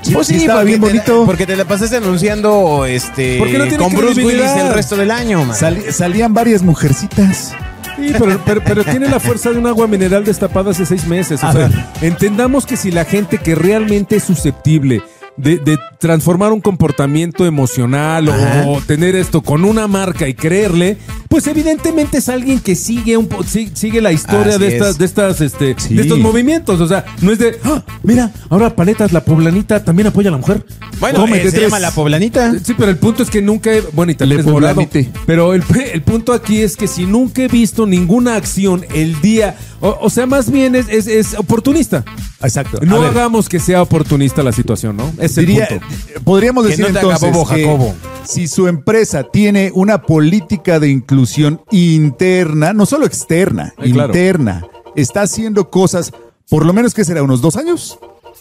Speaker 5: Sí, Pues sí, estaba bien
Speaker 3: porque te la-
Speaker 5: bonito.
Speaker 3: porque te la pasaste anunciando este,
Speaker 4: ¿Por qué no tiene
Speaker 3: con Bruce Willis
Speaker 4: credibilidad?
Speaker 3: el resto del año, man.
Speaker 5: Sali- salían varias mujercitas.
Speaker 4: Sí, pero, pero, pero tiene la fuerza de un agua mineral destapada hace seis meses. O sea, entendamos que si la gente que realmente es susceptible de, de transformar un comportamiento emocional o, o tener esto con una marca y creerle, pues evidentemente es alguien que sigue un po- si- sigue la historia
Speaker 3: Así
Speaker 4: de estas,
Speaker 3: es.
Speaker 4: de estas, este,
Speaker 5: Sí.
Speaker 4: de estos movimientos. O sea, no es de "Ah, mira, ahora paletas, la poblanita también apoya a la mujer.
Speaker 3: Bueno,
Speaker 4: Cómete
Speaker 3: eh, se
Speaker 4: tres.
Speaker 3: llama la poblanita.
Speaker 4: Sí, pero el punto es que nunca he. Bueno, y tal
Speaker 5: Le
Speaker 4: vez morado.
Speaker 5: poblanite.
Speaker 4: Pero el, el punto aquí es que si nunca he visto ninguna acción el día. O, o sea, más bien es, es- es oportunista.
Speaker 5: Exacto. A
Speaker 4: No
Speaker 5: ver,
Speaker 4: hagamos que sea oportunista la situación, ¿no? Es el
Speaker 5: diría-
Speaker 4: punto.
Speaker 5: podríamos
Speaker 3: Que
Speaker 5: decir
Speaker 3: no te haga
Speaker 5: entonces
Speaker 3: bobo,
Speaker 5: que
Speaker 3: Jacobo.
Speaker 5: si su empresa tiene una política de inclusión interna, no solo externa,
Speaker 4: Ay, claro.
Speaker 5: interna, está haciendo cosas, por lo menos que será unos dos años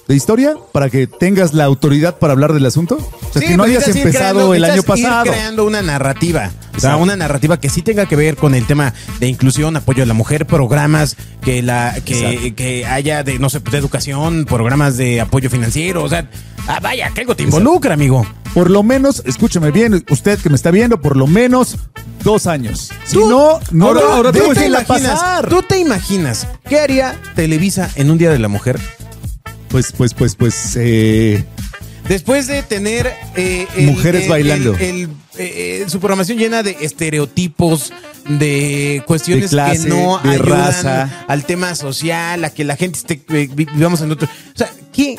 Speaker 5: de historia, para que tengas la autoridad para hablar del asunto. O sea,
Speaker 3: Sí,
Speaker 5: que
Speaker 3: pero
Speaker 5: no hayas
Speaker 3: necesitas ir
Speaker 5: empezado
Speaker 3: creando-
Speaker 5: el año
Speaker 3: necesitas ir
Speaker 5: pasado.
Speaker 3: creando una narrativa. O sea,
Speaker 5: Exacto.
Speaker 3: una narrativa que sí tenga que ver con el tema de inclusión, apoyo a la mujer, programas que la que,
Speaker 5: Exacto.
Speaker 3: que haya de, no sé, pues, de educación, programas de apoyo financiero. O sea, ah, vaya, que algo te involucra, amigo.
Speaker 5: Por lo menos, escúchame bien, usted que me está viendo, por lo menos dos años. Si
Speaker 3: Tú-
Speaker 5: no, no,
Speaker 3: ahora,
Speaker 5: no,
Speaker 3: ahora tú, te
Speaker 5: déjela
Speaker 3: imaginas,
Speaker 5: pasar.
Speaker 3: tú te imaginas qué haría Televisa en un Día de la Mujer
Speaker 5: Pues, pues, pues, pues, eh,
Speaker 3: después de tener eh,
Speaker 5: Mujeres bailando.
Speaker 3: el- el, eh, eh, su programación llena de estereotipos, de cuestiones
Speaker 5: De clase,
Speaker 3: que no
Speaker 5: de
Speaker 3: ayudan
Speaker 5: raza.
Speaker 3: al tema social, a que la gente esté eh, vi- vivamos en otro. O sea, ¿qué?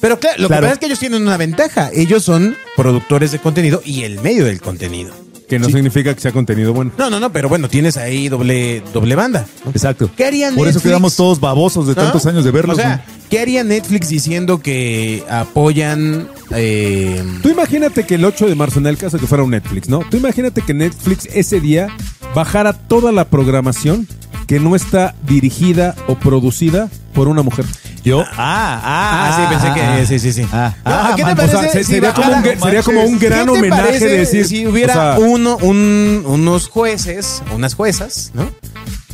Speaker 3: Pero claro, lo
Speaker 5: Claro.
Speaker 3: que pasa es que ellos tienen una ventaja. Ellos son productores de contenido y el medio del contenido.
Speaker 4: Que no significa que sea contenido bueno.
Speaker 3: No, no, no, pero bueno, tienes ahí doble, doble banda. ¿no?
Speaker 5: exacto.
Speaker 3: ¿Qué harían
Speaker 5: Por eso
Speaker 3: Netflix?
Speaker 5: quedamos todos babosos de tantos
Speaker 3: ¿No?
Speaker 5: años de verlos.
Speaker 3: O sea,
Speaker 5: ¿no?
Speaker 3: ¿qué haría Netflix diciendo que apoyan eh,
Speaker 4: Tú imagínate que el 8 de marzo, en el caso de que fuera un Netflix, ¿no? Tú imagínate que Netflix ese día bajara toda la programación que no está dirigida o producida por una mujer.
Speaker 5: yo. Ah, ah,
Speaker 3: Ah, sí, pensé que. sí, sí, sí.
Speaker 5: Ah,
Speaker 3: No,
Speaker 5: ah,
Speaker 3: ¿Qué
Speaker 5: man,
Speaker 3: te
Speaker 5: o
Speaker 3: parece?
Speaker 4: O sea, se-
Speaker 3: si
Speaker 4: sería, como un,
Speaker 3: bajara-
Speaker 4: gra- sería como un gran
Speaker 3: ¿Qué te
Speaker 4: homenaje
Speaker 3: parece
Speaker 4: de decir.
Speaker 3: Si hubiera
Speaker 4: o sea,
Speaker 3: uno, un- unos jueces, unas juezas, ¿no?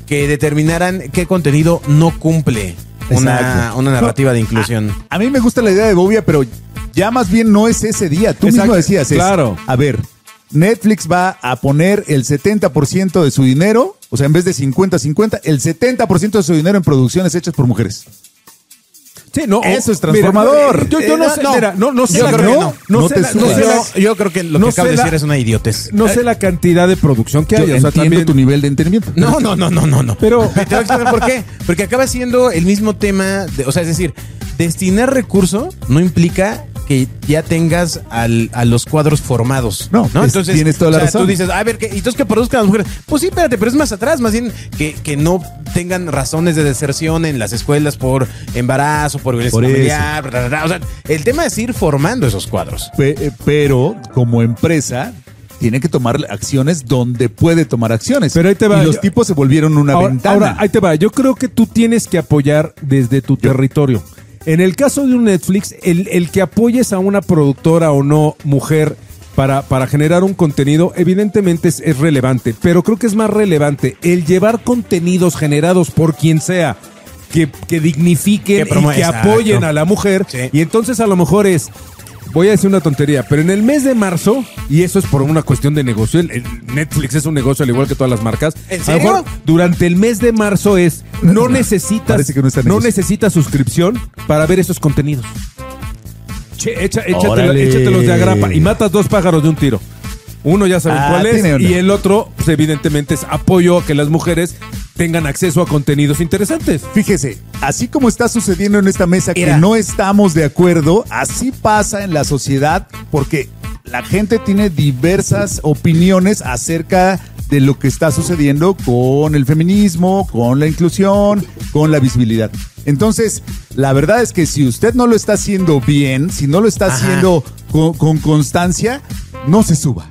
Speaker 3: Que determinaran qué contenido no cumple una,
Speaker 5: Exacto.
Speaker 3: una narrativa de inclusión.
Speaker 5: "Ah, A mí me gusta la idea de Bobia, pero ya más bien no es ese día. Tú
Speaker 4: Exacto,
Speaker 5: mismo decías es,
Speaker 4: claro.
Speaker 5: A ver, Netflix va a poner el 70% de su dinero, o sea, en vez de 50-50, el 70% de su dinero en producciones hechas por mujeres.
Speaker 4: Sí, no,
Speaker 5: Eso
Speaker 4: o-
Speaker 5: es transformador.
Speaker 4: mira, yo, yo no
Speaker 3: Eh,
Speaker 4: sé,
Speaker 3: no,
Speaker 4: mira, no, no sé
Speaker 5: yo
Speaker 4: la-
Speaker 5: creo que
Speaker 4: no,
Speaker 5: no.
Speaker 4: no
Speaker 5: No
Speaker 4: sé
Speaker 5: te
Speaker 4: la- ah, no
Speaker 5: subas.
Speaker 4: sé la-
Speaker 3: Pues Yo, yo creo que lo
Speaker 4: no
Speaker 3: que acabo
Speaker 4: sé
Speaker 3: de
Speaker 4: la-
Speaker 3: decir es una idiotez.
Speaker 4: no sé la cantidad de producción que
Speaker 5: Yo
Speaker 4: hay, o sea,
Speaker 5: entiendo
Speaker 4: también
Speaker 5: tu nivel de entendimiento.
Speaker 3: No, no, no, no, no, no.
Speaker 4: Pero-
Speaker 3: Te voy a explicar por qué. Porque acaba siendo el mismo tema. de- o sea, es decir, destinar recurso no implica que ya tengas al- a los cuadros formados.
Speaker 5: No, es- tienes toda la
Speaker 3: o sea,
Speaker 5: razón.
Speaker 3: Tú dices, a ver, ¿qué, entonces que produzcan las mujeres. Pues sí, espérate, pero es más atrás, más bien que, que no tengan razones de deserción en las escuelas por embarazo, por violencia
Speaker 5: Por eso.
Speaker 3: familiar. bla, bla, bla. O sea, el tema es ir formando esos cuadros.
Speaker 5: Pe- eh, pero como empresa tiene que tomar acciones donde puede tomar acciones.
Speaker 4: Pero ahí te va,
Speaker 5: y los
Speaker 4: yo-
Speaker 5: tipos se volvieron una
Speaker 4: ahora,
Speaker 5: ventana.
Speaker 4: ahora, ahí te va. Yo creo que tú tienes que apoyar desde tu territorio. En el caso de un Netflix, el, el que apoyes a una productora o no mujer para, para generar un contenido, evidentemente es, es relevante, pero creo que es más relevante el llevar contenidos generados por quien sea. Que, que dignifiquen
Speaker 3: Que promo-
Speaker 4: y que
Speaker 3: Exacto.
Speaker 4: apoyen a la mujer.
Speaker 3: Sí.
Speaker 4: Y entonces a lo mejor es, voy a decir una tontería, pero en el mes de marzo, y eso es por una cuestión de negocio, el- el Netflix es un negocio al igual que todas las marcas,
Speaker 3: ¿En
Speaker 4: a lo
Speaker 3: serio?
Speaker 4: mejor durante el mes de marzo es no necesitas
Speaker 5: Parece que no está en
Speaker 4: no
Speaker 5: negocio.
Speaker 4: necesitas suscripción para ver esos contenidos. Che, echa- échatelo-
Speaker 5: Órale.
Speaker 4: échatelos de agrapa y matas dos pájaros de un tiro. Uno ya saben
Speaker 5: Ah,
Speaker 4: cuál
Speaker 5: tiene
Speaker 4: es
Speaker 5: una.
Speaker 4: y el otro pues, evidentemente es apoyo a que las mujeres tengan acceso a contenidos interesantes.
Speaker 5: Fíjese, así como está sucediendo en esta mesa
Speaker 3: Era.
Speaker 5: que no estamos de acuerdo, así pasa en la sociedad porque la gente tiene diversas opiniones acerca de lo que está sucediendo con el feminismo, con la inclusión, con la visibilidad. Entonces, la verdad es que si usted no lo está haciendo bien, si no lo está haciendo con, con constancia, no se suba.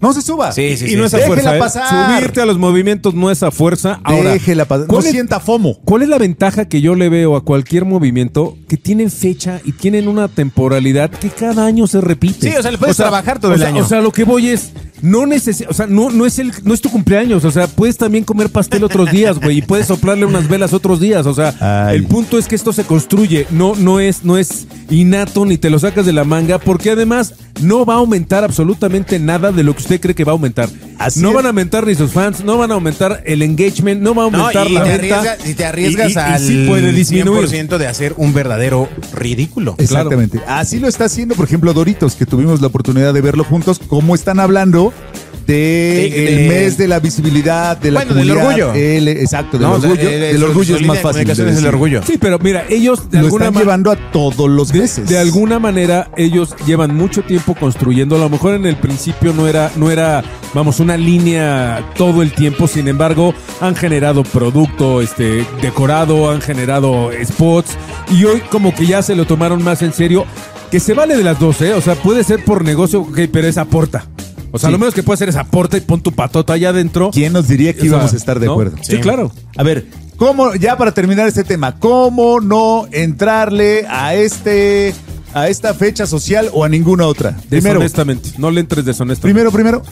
Speaker 5: No se suba.
Speaker 3: Sí, sí,
Speaker 4: y
Speaker 3: sí.
Speaker 4: no es a
Speaker 5: Déjela
Speaker 4: fuerza. ¿eh?
Speaker 5: pasar.
Speaker 4: Subirte a los movimientos no es a fuerza. Ahora,
Speaker 5: Déjela pasar. No
Speaker 4: ¿cuál es-
Speaker 5: sienta fomo.
Speaker 4: ¿Cuál es la ventaja que yo le veo a cualquier movimiento que tienen fecha y tienen una temporalidad que cada año se repite?
Speaker 3: Sí, o sea, le puedes trabajar todo
Speaker 4: o
Speaker 3: el
Speaker 4: sea-
Speaker 3: año.
Speaker 4: O sea, lo que voy es no necesi- o sea, no, no es el no es tu cumpleaños, o sea, puedes también comer pastel otros días, güey, y puedes soplarle unas velas otros días, o sea,
Speaker 5: Ay.
Speaker 4: el punto es que esto se construye, no no es no es innato ni te lo sacas de la manga, porque además no va a aumentar absolutamente nada de lo que usted cree que va a aumentar.
Speaker 5: Así
Speaker 4: no
Speaker 5: es.
Speaker 4: van a aumentar ni sus fans, no van a aumentar el engagement, no va a
Speaker 3: No,
Speaker 4: aumentar
Speaker 3: y
Speaker 4: la
Speaker 3: te
Speaker 4: venta.
Speaker 3: arriesgas, si te arriesgas
Speaker 4: Y- y- y
Speaker 3: al
Speaker 4: sí puede disminuir.
Speaker 3: 100% de hacer un verdadero ridículo.
Speaker 5: Exactamente. Así lo está haciendo, por ejemplo, Doritos, que tuvimos la oportunidad de verlo juntos, cómo están hablando de,
Speaker 3: Sí,
Speaker 5: el
Speaker 3: de-
Speaker 5: mes de la visibilidad, de la
Speaker 3: Bueno, del
Speaker 5: comunidad,
Speaker 3: orgullo.
Speaker 5: el- exacto, del
Speaker 3: No, o sea,
Speaker 5: orgullo.
Speaker 3: eh,
Speaker 5: del
Speaker 3: su-
Speaker 5: orgullo
Speaker 3: su
Speaker 5: es
Speaker 3: línea
Speaker 5: más
Speaker 3: de
Speaker 5: fácil. de
Speaker 3: comunicación es el
Speaker 5: decir.
Speaker 3: orgullo.
Speaker 4: Sí, pero mira, ellos de
Speaker 5: Lo
Speaker 4: alguna
Speaker 5: están
Speaker 4: ma-
Speaker 5: llevando a todos los
Speaker 4: de-
Speaker 5: meses.
Speaker 4: de alguna manera ellos llevan mucho tiempo construyendo. A lo mejor en el principio no era, no era, vamos, una línea todo el tiempo. Sin embargo, han generado producto, este, decorado, han generado spots y hoy como que ya se lo tomaron más en serio. Que se vale de las dos, ¿eh? O sea, puede ser por negocio, ok, pero es aporta. O sea,
Speaker 5: Sí.
Speaker 4: lo menos que puede hacer es aporta y pon tu patota allá adentro.
Speaker 5: ¿Quién nos diría que
Speaker 4: O sea,
Speaker 5: íbamos a estar de
Speaker 4: ¿no?
Speaker 5: acuerdo?
Speaker 4: Sí, claro.
Speaker 5: A ver, ¿cómo, ya para terminar este tema, cómo no entrarle a este a esta fecha social o a ninguna otra? Primero,
Speaker 4: Deshonestamente. No le entres deshonestamente.
Speaker 5: primero, primero,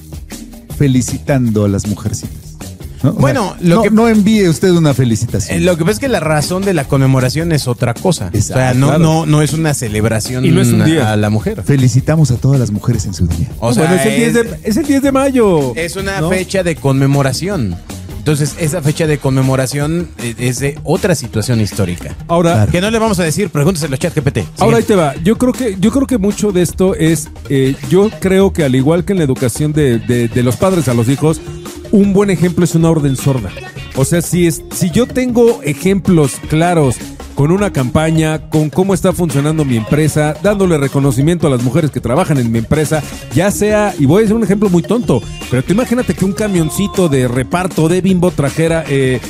Speaker 5: felicitando a las mujercitas. ¿no? O sea,
Speaker 3: Bueno, lo
Speaker 5: no,
Speaker 3: que-
Speaker 5: no envíe usted una felicitación.
Speaker 3: Eh, Lo que pasa es que la razón de la conmemoración es otra cosa. o sea,
Speaker 5: Exacto,
Speaker 3: no,
Speaker 5: claro.
Speaker 3: no, no es una celebración
Speaker 4: Y no es un día.
Speaker 3: a la mujer.
Speaker 5: Felicitamos a todas las mujeres en su día.
Speaker 3: O sea,
Speaker 4: Bueno, es el 10 de, es el 10 de mayo.
Speaker 3: es una
Speaker 4: ¿no?
Speaker 3: fecha de conmemoración. Entonces, esa fecha de conmemoración eh, es de otra situación histórica.
Speaker 4: Ahora,
Speaker 5: Claro.
Speaker 3: Que no le vamos a decir, pregúnteselo a ChatGPT.
Speaker 4: Ahora ahí te va. Yo creo que, yo creo que mucho de esto es, eh, yo creo que al igual que en la educación de, de- de los padres a los hijos, un buen ejemplo es una orden sorda. O sea, si es, si yo tengo ejemplos claros con una campaña, con cómo está funcionando mi empresa, dándole reconocimiento a las mujeres que trabajan en mi empresa, ya sea, y voy a hacer un ejemplo muy tonto, pero tú imagínate que un camioncito de reparto de bimbo trajera eh,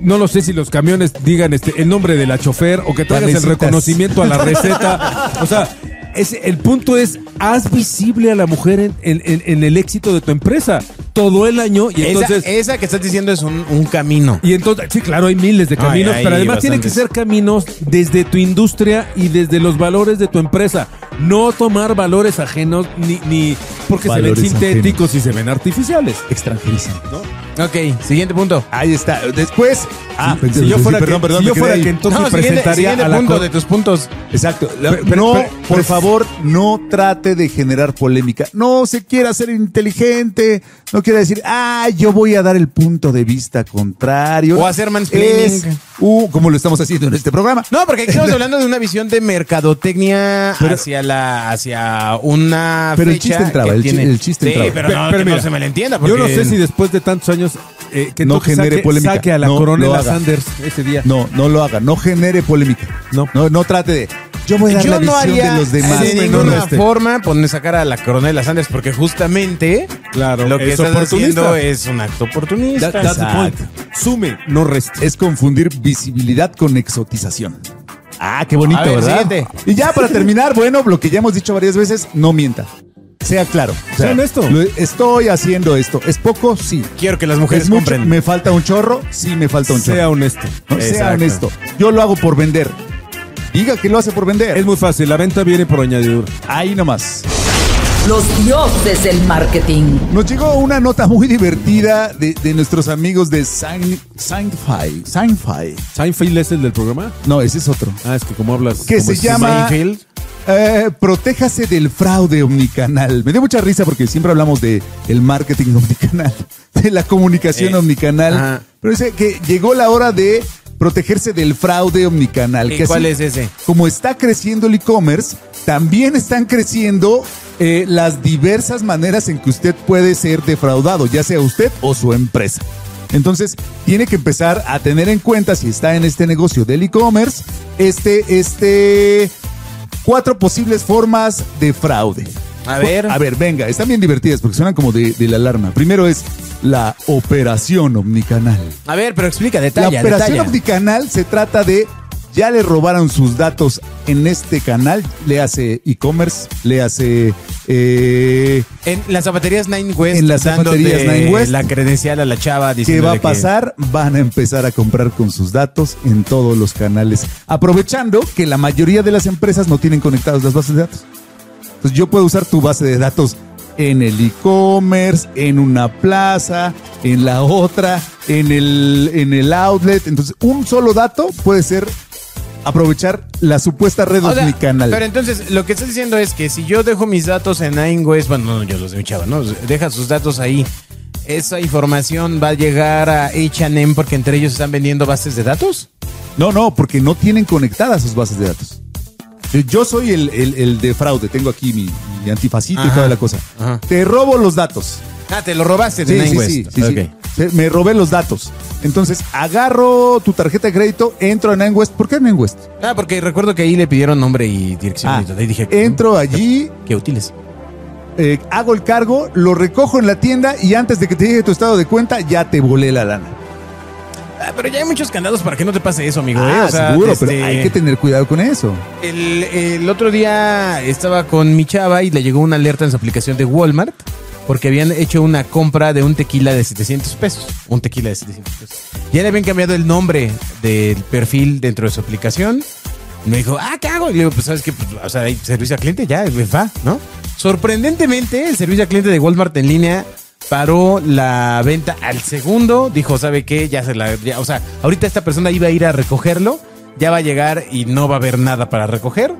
Speaker 4: no lo sé si los camiones digan este, el nombre de la chofer o que traigas el
Speaker 5: Panecitas.
Speaker 4: reconocimiento a la receta. O sea, es, el punto es, haz visible a la mujer en, en- en- en el éxito de tu empresa todo el año y entonces...
Speaker 3: esa, esa que estás diciendo es un, un camino.
Speaker 4: Y entonces, sí, claro, hay miles de
Speaker 3: Ay,
Speaker 4: caminos,
Speaker 3: hay
Speaker 4: pero además tienen que
Speaker 3: bastantes.
Speaker 4: ser caminos desde tu industria y desde los valores de tu empresa. No tomar valores ajenos ni, ni porque
Speaker 5: Valores
Speaker 4: se ven sintéticos y se ven artificiales.
Speaker 5: Extranjerizando.
Speaker 3: Ok, siguiente punto.
Speaker 5: Ahí está. Después. Ah,
Speaker 4: Si yo fuera,
Speaker 5: perdón,
Speaker 4: que,
Speaker 5: perdón,
Speaker 4: si
Speaker 5: me
Speaker 4: yo
Speaker 5: quedé
Speaker 4: fuera
Speaker 5: ahí.
Speaker 4: Kentucky,
Speaker 3: No, siguiente,
Speaker 4: presentaría
Speaker 3: siguiente
Speaker 4: a la
Speaker 3: punto
Speaker 4: cor-
Speaker 3: de tus puntos.
Speaker 5: Exacto. La-
Speaker 4: Pero- pero-
Speaker 5: no,
Speaker 4: pero-
Speaker 5: por
Speaker 4: pero-
Speaker 5: favor, no trate de generar polémica. No se quiera ser inteligente. No quiera decir, ah, yo voy a dar el punto de vista contrario.
Speaker 3: O hacer mansplaining.
Speaker 5: Es- uh, como lo estamos haciendo en este programa.
Speaker 3: No, porque aquí estamos hablando de una visión de mercadotecnia
Speaker 5: Pero-
Speaker 3: hacia la hacia una
Speaker 5: Pero el
Speaker 3: fecha
Speaker 5: chiste entraba,
Speaker 3: que
Speaker 5: el chi-
Speaker 3: tiene-
Speaker 5: el chiste
Speaker 3: sí,
Speaker 5: entraba.
Speaker 3: pero,
Speaker 4: Pero-
Speaker 3: no,
Speaker 4: pero
Speaker 3: que
Speaker 4: mira,
Speaker 3: no se me entienda.
Speaker 4: Yo no sé si después de tantos años eh, que
Speaker 5: No
Speaker 4: Toque
Speaker 5: genere
Speaker 4: saque,
Speaker 5: polémica.
Speaker 4: saque a la
Speaker 5: No, lo
Speaker 4: coronela
Speaker 5: haga.
Speaker 4: Sanders ese día.
Speaker 5: No, no lo haga. No genere polémica.
Speaker 4: No.
Speaker 5: No, no trate de. Yo voy a dar
Speaker 3: Yo
Speaker 5: la
Speaker 3: no
Speaker 5: visión
Speaker 3: haría
Speaker 5: de los demás.
Speaker 3: de
Speaker 5: No,
Speaker 3: ninguna
Speaker 5: no, este.
Speaker 3: forma poner sacar a la coronela Sanders porque justamente
Speaker 4: Claro,
Speaker 3: lo que
Speaker 4: es
Speaker 3: estás
Speaker 4: oportunista.
Speaker 3: haciendo es un acto oportunista.
Speaker 4: That- that's the point. Sume, no reste.
Speaker 5: es confundir visibilidad con exotización. Ah, qué bonito,
Speaker 3: A ver,
Speaker 5: ¿verdad?
Speaker 3: siguiente.
Speaker 5: Y ya para terminar, bueno, lo que ya hemos dicho varias veces, no mienta. Sea claro. O
Speaker 4: Sea honesto.
Speaker 5: lo- estoy haciendo esto. ¿Es poco? Sí.
Speaker 3: Quiero que las mujeres
Speaker 5: ¿Es mucho?
Speaker 3: compren.
Speaker 5: ¿Me falta un chorro? Sí, me falta un
Speaker 4: Sea
Speaker 5: chorro.
Speaker 4: honesto.
Speaker 5: No, sea
Speaker 3: Exacto.
Speaker 5: honesto. Yo lo hago por vender. Diga que lo hace por vender.
Speaker 4: Es muy fácil, la venta viene por añadidura.
Speaker 5: Ahí nomás.
Speaker 2: Los dioses del marketing.
Speaker 5: Nos llegó una nota muy divertida de, de nuestros amigos de Sain- Sainfai. Sainfai.
Speaker 4: Seinfeld es el del programa.
Speaker 5: No, ese es otro.
Speaker 4: Ah, es que como hablas.
Speaker 5: que
Speaker 4: como
Speaker 5: se
Speaker 4: es-
Speaker 5: llama
Speaker 3: Seinfeld.
Speaker 5: eh, Protéjase del fraude omnicanal. Me dio mucha risa porque siempre hablamos de el marketing omnicanal, de la comunicación
Speaker 3: Eh,
Speaker 5: omnicanal.
Speaker 3: ajá.
Speaker 5: Pero dice que llegó la hora de protegerse del fraude omnicanal.
Speaker 3: ¿Y
Speaker 5: que
Speaker 3: cuál es ese?
Speaker 5: Como está creciendo el e-commerce, también están creciendo eh, las diversas maneras en que usted puede ser defraudado, ya sea usted o su empresa. Entonces, tiene que empezar a tener en cuenta si está en este negocio del e-commerce, este, este, cuatro posibles formas de fraude.
Speaker 3: A ver.
Speaker 5: A ver, venga, están bien divertidas porque suenan como de, de la alarma. Primero es la operación omnicanal.
Speaker 3: A ver, pero explica,
Speaker 5: La
Speaker 3: detalla,
Speaker 5: operación
Speaker 3: detalla.
Speaker 5: omnicanal se trata de ya le robaron sus datos en este canal, le hace e-commerce, le hace eh,
Speaker 3: En las zapaterías Nine West.
Speaker 5: En las
Speaker 3: dándote
Speaker 5: zapaterías Nine West.
Speaker 3: La credencial a la chava
Speaker 5: ¿Qué
Speaker 3: diciendo
Speaker 5: va a pasar? Van a empezar a comprar con sus datos en todos los canales, aprovechando que la mayoría de las empresas no tienen conectadas las bases de datos. Entonces yo puedo usar tu base de datos en el e-commerce, en una plaza, en la otra, en el, en el outlet. Entonces un solo dato puede ser aprovechar la supuesta red
Speaker 3: O sea,
Speaker 5: mi canal.
Speaker 3: Pero entonces, lo que estás diciendo es que si yo dejo mis datos en Nine West, bueno, no, yo los de mi chava, ¿no? Deja sus datos ahí. ¿Esa información va a llegar a HM porque entre ellos están vendiendo bases de datos?
Speaker 5: No, no, porque no tienen conectadas sus bases de datos. Yo- Yo soy el, el- el de fraude, tengo aquí mi, mi antifacito y
Speaker 3: Ajá,
Speaker 5: toda la cosa.
Speaker 3: ajá.
Speaker 5: Te robo los datos.
Speaker 3: Ah, te lo robaste de
Speaker 5: Sí,
Speaker 3: Nine
Speaker 5: sí,
Speaker 3: West.
Speaker 5: sí, sí, sí.
Speaker 3: Ok.
Speaker 5: Se- Me robé los datos. Entonces, agarro tu tarjeta de crédito, entro a West. ¿Por qué West?
Speaker 3: Ah, porque recuerdo que ahí le pidieron nombre y dirección.
Speaker 5: Ah,
Speaker 3: y todo, y dije, "Mm,
Speaker 5: entro allí,
Speaker 3: Qué útiles.
Speaker 5: eh, hago el cargo, lo recojo en la tienda y antes de que te llegue tu estado de cuenta, ya te volé la lana.
Speaker 3: Ah, pero ya hay muchos candados para que no te pase eso, amigo. ¿eh?
Speaker 5: Ah,
Speaker 3: O sea,
Speaker 5: seguro,
Speaker 3: este,
Speaker 5: pero hay que tener cuidado con eso.
Speaker 3: El, el otro día estaba con mi chava y le llegó una alerta en su aplicación de Walmart porque habían hecho una compra de un tequila de 700 pesos. Un tequila de 700 pesos. Ya le habían cambiado el nombre del perfil dentro de su aplicación. Me dijo, ah, ¿qué hago? Y le digo, pues, ¿sabes qué? Pues, o sea, hay servicio al cliente, ya, me va, ¿no? Sorprendentemente, el servicio al cliente de Walmart en línea paró la venta al segundo. Dijo, ¿sabe qué? Ya se la... ya, o sea, ahorita esta persona iba a ir a recogerlo, ya va a llegar y no va a haber nada para recoger.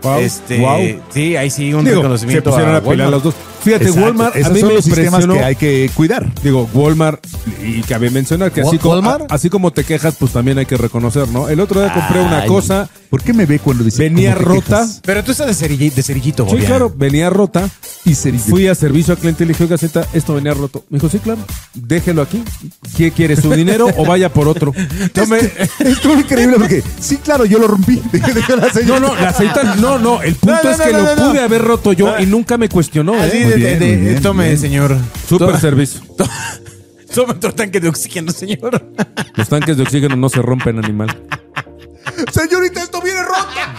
Speaker 4: Guau,
Speaker 3: este,
Speaker 4: guau.
Speaker 3: Sí, ahí sí un
Speaker 4: Digo, se
Speaker 3: reconocimiento
Speaker 4: pusieron a,
Speaker 3: Walmart.
Speaker 4: pilar los dos. Fíjate,
Speaker 5: Exacto,
Speaker 4: Walmart, a
Speaker 5: esos
Speaker 4: mí
Speaker 5: son
Speaker 4: me
Speaker 5: los sistemas
Speaker 4: impresionó-
Speaker 5: que hay que cuidar.
Speaker 4: Digo, Walmart, y cabe mencionar que así
Speaker 3: Wa-
Speaker 4: como,
Speaker 3: Walmart?
Speaker 4: a- así como te quejas, pues también hay que reconocer, ¿no? El otro día compré una
Speaker 5: Ay,
Speaker 4: cosa,
Speaker 5: ¿Por qué me ve cuando dice
Speaker 4: venía
Speaker 5: ¿cómo te
Speaker 4: rota.
Speaker 5: quejas?
Speaker 3: Pero tú estás de, cerilli- de cerillito,
Speaker 4: Sí,
Speaker 3: Bobián.
Speaker 4: claro, venía rota.
Speaker 5: Y cerillo.
Speaker 4: Fui a servicio al cliente y le dije, oiga, señorita, esto venía roto. Me dijo, sí, claro, déjelo aquí. ¿Qué quiere, su dinero o vaya por otro? No, me-
Speaker 5: Estuvo increíble porque, sí, claro, yo lo rompí. Dejé la
Speaker 4: no,
Speaker 5: señal.
Speaker 4: no, la aceita, no, no, el punto
Speaker 3: No, no,
Speaker 4: es
Speaker 3: no,
Speaker 4: que
Speaker 3: no,
Speaker 4: lo
Speaker 3: no, no.
Speaker 4: pude haber roto yo
Speaker 3: Ah.
Speaker 4: y nunca me cuestionó,
Speaker 3: Así
Speaker 4: ¿eh?
Speaker 3: de,
Speaker 5: Muy bien,
Speaker 3: de- de-
Speaker 5: muy bien,
Speaker 3: tome,
Speaker 5: muy bien.
Speaker 3: señor.
Speaker 4: Súper
Speaker 3: Toma-
Speaker 4: servicio.
Speaker 3: Toma otro tanque de oxígeno, señor.
Speaker 4: Los tanques de oxígeno no se rompen, animal.
Speaker 5: Señorita, esto viene rota.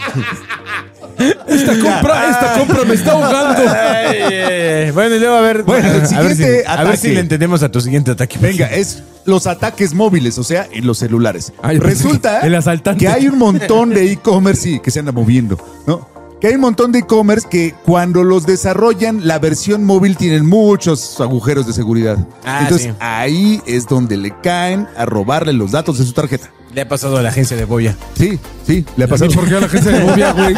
Speaker 4: Esta compra, esta compra me está ahogando.
Speaker 3: Ay, ay, ay. Bueno, y luego a ver.
Speaker 5: Bueno, el
Speaker 3: a, ver si,
Speaker 5: siguiente
Speaker 3: a ver si
Speaker 5: ataque.
Speaker 3: le entendemos a tu siguiente ataque.
Speaker 5: Venga, es los ataques móviles, o sea, en los celulares.
Speaker 4: Ay,
Speaker 5: Resulta
Speaker 4: el asaltante.
Speaker 5: que hay un montón de e-commerce sí, que se anda moviendo, ¿no? Que hay un montón de e-commerce que cuando los desarrollan, la versión móvil tienen muchos agujeros de seguridad.
Speaker 3: Ah,
Speaker 5: Entonces,
Speaker 3: sí.
Speaker 5: ahí es donde le caen a robarle los datos de su tarjeta.
Speaker 3: Le ha pasado a la agencia de Boya.
Speaker 5: Sí, sí, le ha pasado.
Speaker 4: ¿Y por qué a la gente de Bobia, güey?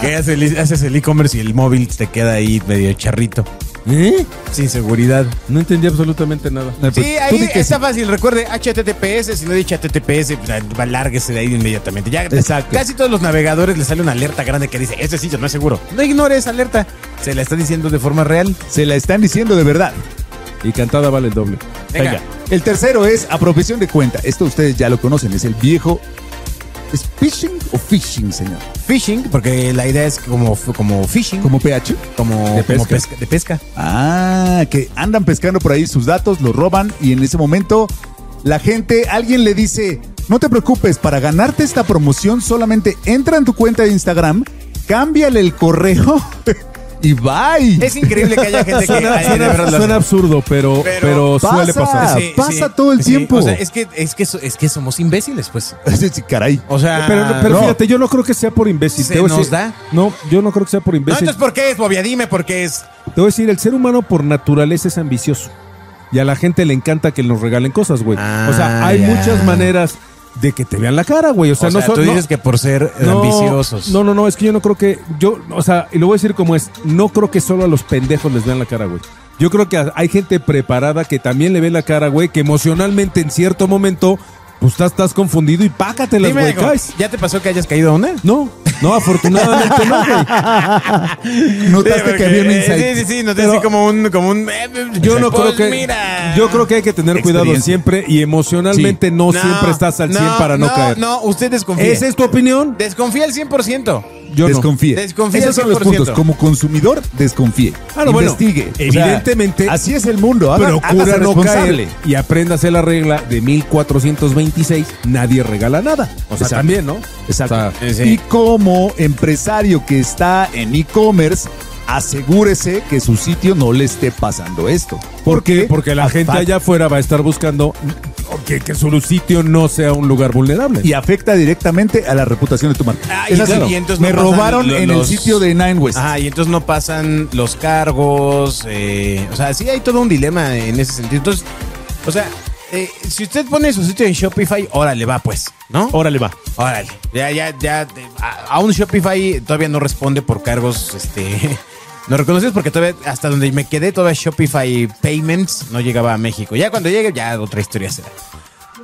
Speaker 3: Que hace el- haces el e-commerce y el móvil te queda ahí medio charrito.
Speaker 4: ¿Eh?
Speaker 3: Sin seguridad. Pues,
Speaker 4: No entendí absolutamente nada.
Speaker 5: pues,
Speaker 3: Sí, ahí está fácil. Recuerde, HTTPS. Si no dice HTTPS, pues, lárguese de ahí inmediatamente. Ya,
Speaker 5: Exacto.
Speaker 3: Casi todos los navegadores les sale una alerta grande que dice: Este sitio no es seguro. No ignore esa alerta. Se la está diciendo de forma real.
Speaker 5: Se la están diciendo de verdad.
Speaker 4: Y cantada vale el doble.
Speaker 3: Venga.
Speaker 5: El tercero es apropiación de cuenta. Esto ustedes ya lo conocen, es el viejo. ¿Es phishing o phishing, señor?
Speaker 3: Phishing, porque la idea es como, como phishing.
Speaker 5: ¿Como PH?
Speaker 3: como,
Speaker 4: De
Speaker 3: como
Speaker 4: pesca.
Speaker 3: pesca- de pesca.
Speaker 5: Ah, que andan pescando por ahí sus datos, los roban y en ese momento la gente, alguien le dice, no te preocupes, para ganarte esta promoción solamente entra en tu cuenta de Instagram, cámbiale el correo y bye.
Speaker 3: Es increíble que haya gente que
Speaker 4: Suena,
Speaker 3: haya de
Speaker 4: suena-
Speaker 3: verdad lo hace.
Speaker 4: suena absurdo, pero,
Speaker 3: Pero
Speaker 4: pero,
Speaker 5: pasa.
Speaker 4: suele pasar.
Speaker 5: Sí. pasa todo el tiempo.
Speaker 3: O sea, es que, es, que, so- es que somos imbéciles, pues.
Speaker 5: Sí, Caray.
Speaker 3: O sea,
Speaker 4: Pero, pero
Speaker 3: no.
Speaker 4: fíjate, yo no creo que sea por imbécil.
Speaker 3: Se
Speaker 4: Te voy a
Speaker 3: nos
Speaker 4: decir-
Speaker 3: da.
Speaker 4: No, yo no creo que sea por
Speaker 3: No,
Speaker 4: imbécil.
Speaker 3: entonces, ¿por qué es, Bobia? Dime por qué es.
Speaker 4: Te voy a decir, el ser humano por naturaleza es ambicioso. Y a la gente le encanta que nos regalen cosas, güey.
Speaker 3: Ah,
Speaker 4: o sea, hay
Speaker 3: ya.
Speaker 4: muchas maneras de que te vean la cara, güey. O sea,
Speaker 3: O sea,
Speaker 4: no
Speaker 3: tú
Speaker 4: so- no-
Speaker 3: dices que por ser eh,
Speaker 4: no,
Speaker 3: ambiciosos.
Speaker 4: No, no, no, es que yo no creo que. Yo, o sea, y lo voy a decir como es, no creo que solo a los pendejos les vean la cara, güey. Yo creo que a- hay gente preparada que también le ve la cara, güey, que emocionalmente en cierto momento, pues estás, estás confundido y pácatelas,
Speaker 3: Dime
Speaker 4: güey.
Speaker 3: algo,
Speaker 4: caes.
Speaker 3: ¿Ya te pasó que hayas caído a una?
Speaker 4: No, no, afortunadamente no, güey.
Speaker 5: Notaste que había un insight.
Speaker 3: eh, Sí, sí, sí, no
Speaker 4: Pero-
Speaker 3: te como un... Como un eh,
Speaker 4: Yo no
Speaker 3: pues,
Speaker 4: creo que.
Speaker 3: mira.
Speaker 4: Yo creo que hay que tener cuidado
Speaker 5: Experiencia.
Speaker 4: siempre y emocionalmente no, siempre estás al 100 para no, caer.
Speaker 3: No, usted desconfía.
Speaker 4: ¿Esa es tu opinión?
Speaker 3: Desconfía al 100%.
Speaker 4: Yo no.
Speaker 5: desconfíe.
Speaker 3: Desconfíe
Speaker 5: Esos son los
Speaker 3: 100%.
Speaker 5: puntos. Como consumidor, desconfíe.
Speaker 4: Ah, no, bueno,
Speaker 5: Investigue. O sea,
Speaker 4: evidentemente,
Speaker 5: así es el mundo. Haga,
Speaker 4: Procura
Speaker 5: hágase
Speaker 4: no
Speaker 5: responsable.
Speaker 4: caer y apréndase la regla de 1426, nadie regala nada. O sea,
Speaker 5: Exacto.
Speaker 4: también, ¿no?
Speaker 5: Exacto.
Speaker 4: O sea,
Speaker 3: Sí.
Speaker 5: Y como empresario que está en e-commerce, asegúrese que su sitio no le esté pasando esto.
Speaker 4: ¿Por qué? Ah, Porque la
Speaker 5: Af-
Speaker 4: gente allá afuera va a estar buscando que, que su sitio no sea un lugar vulnerable.
Speaker 5: Y afecta directamente a la reputación de tu marca.
Speaker 3: Ah, y
Speaker 5: Es así.
Speaker 3: claro. Y entonces
Speaker 5: Me
Speaker 3: no pasan
Speaker 5: robaron
Speaker 3: lo-
Speaker 5: en
Speaker 3: los-
Speaker 5: el sitio de Nine West.
Speaker 3: Ajá, y entonces no pasan los cargos. eh, o sea, sí hay todo un dilema en ese sentido. Entonces, o sea, eh, si usted pone su sitio en Shopify, órale, va pues, ¿no?
Speaker 7: Órale, va.
Speaker 3: Órale. Ya, ya, ya. eh, a- Aún Shopify todavía no responde por cargos, este. No reconoces porque todavía, hasta donde me quedé, todavía Shopify Payments no llegaba a México. Ya cuando llegue, ya otra historia será.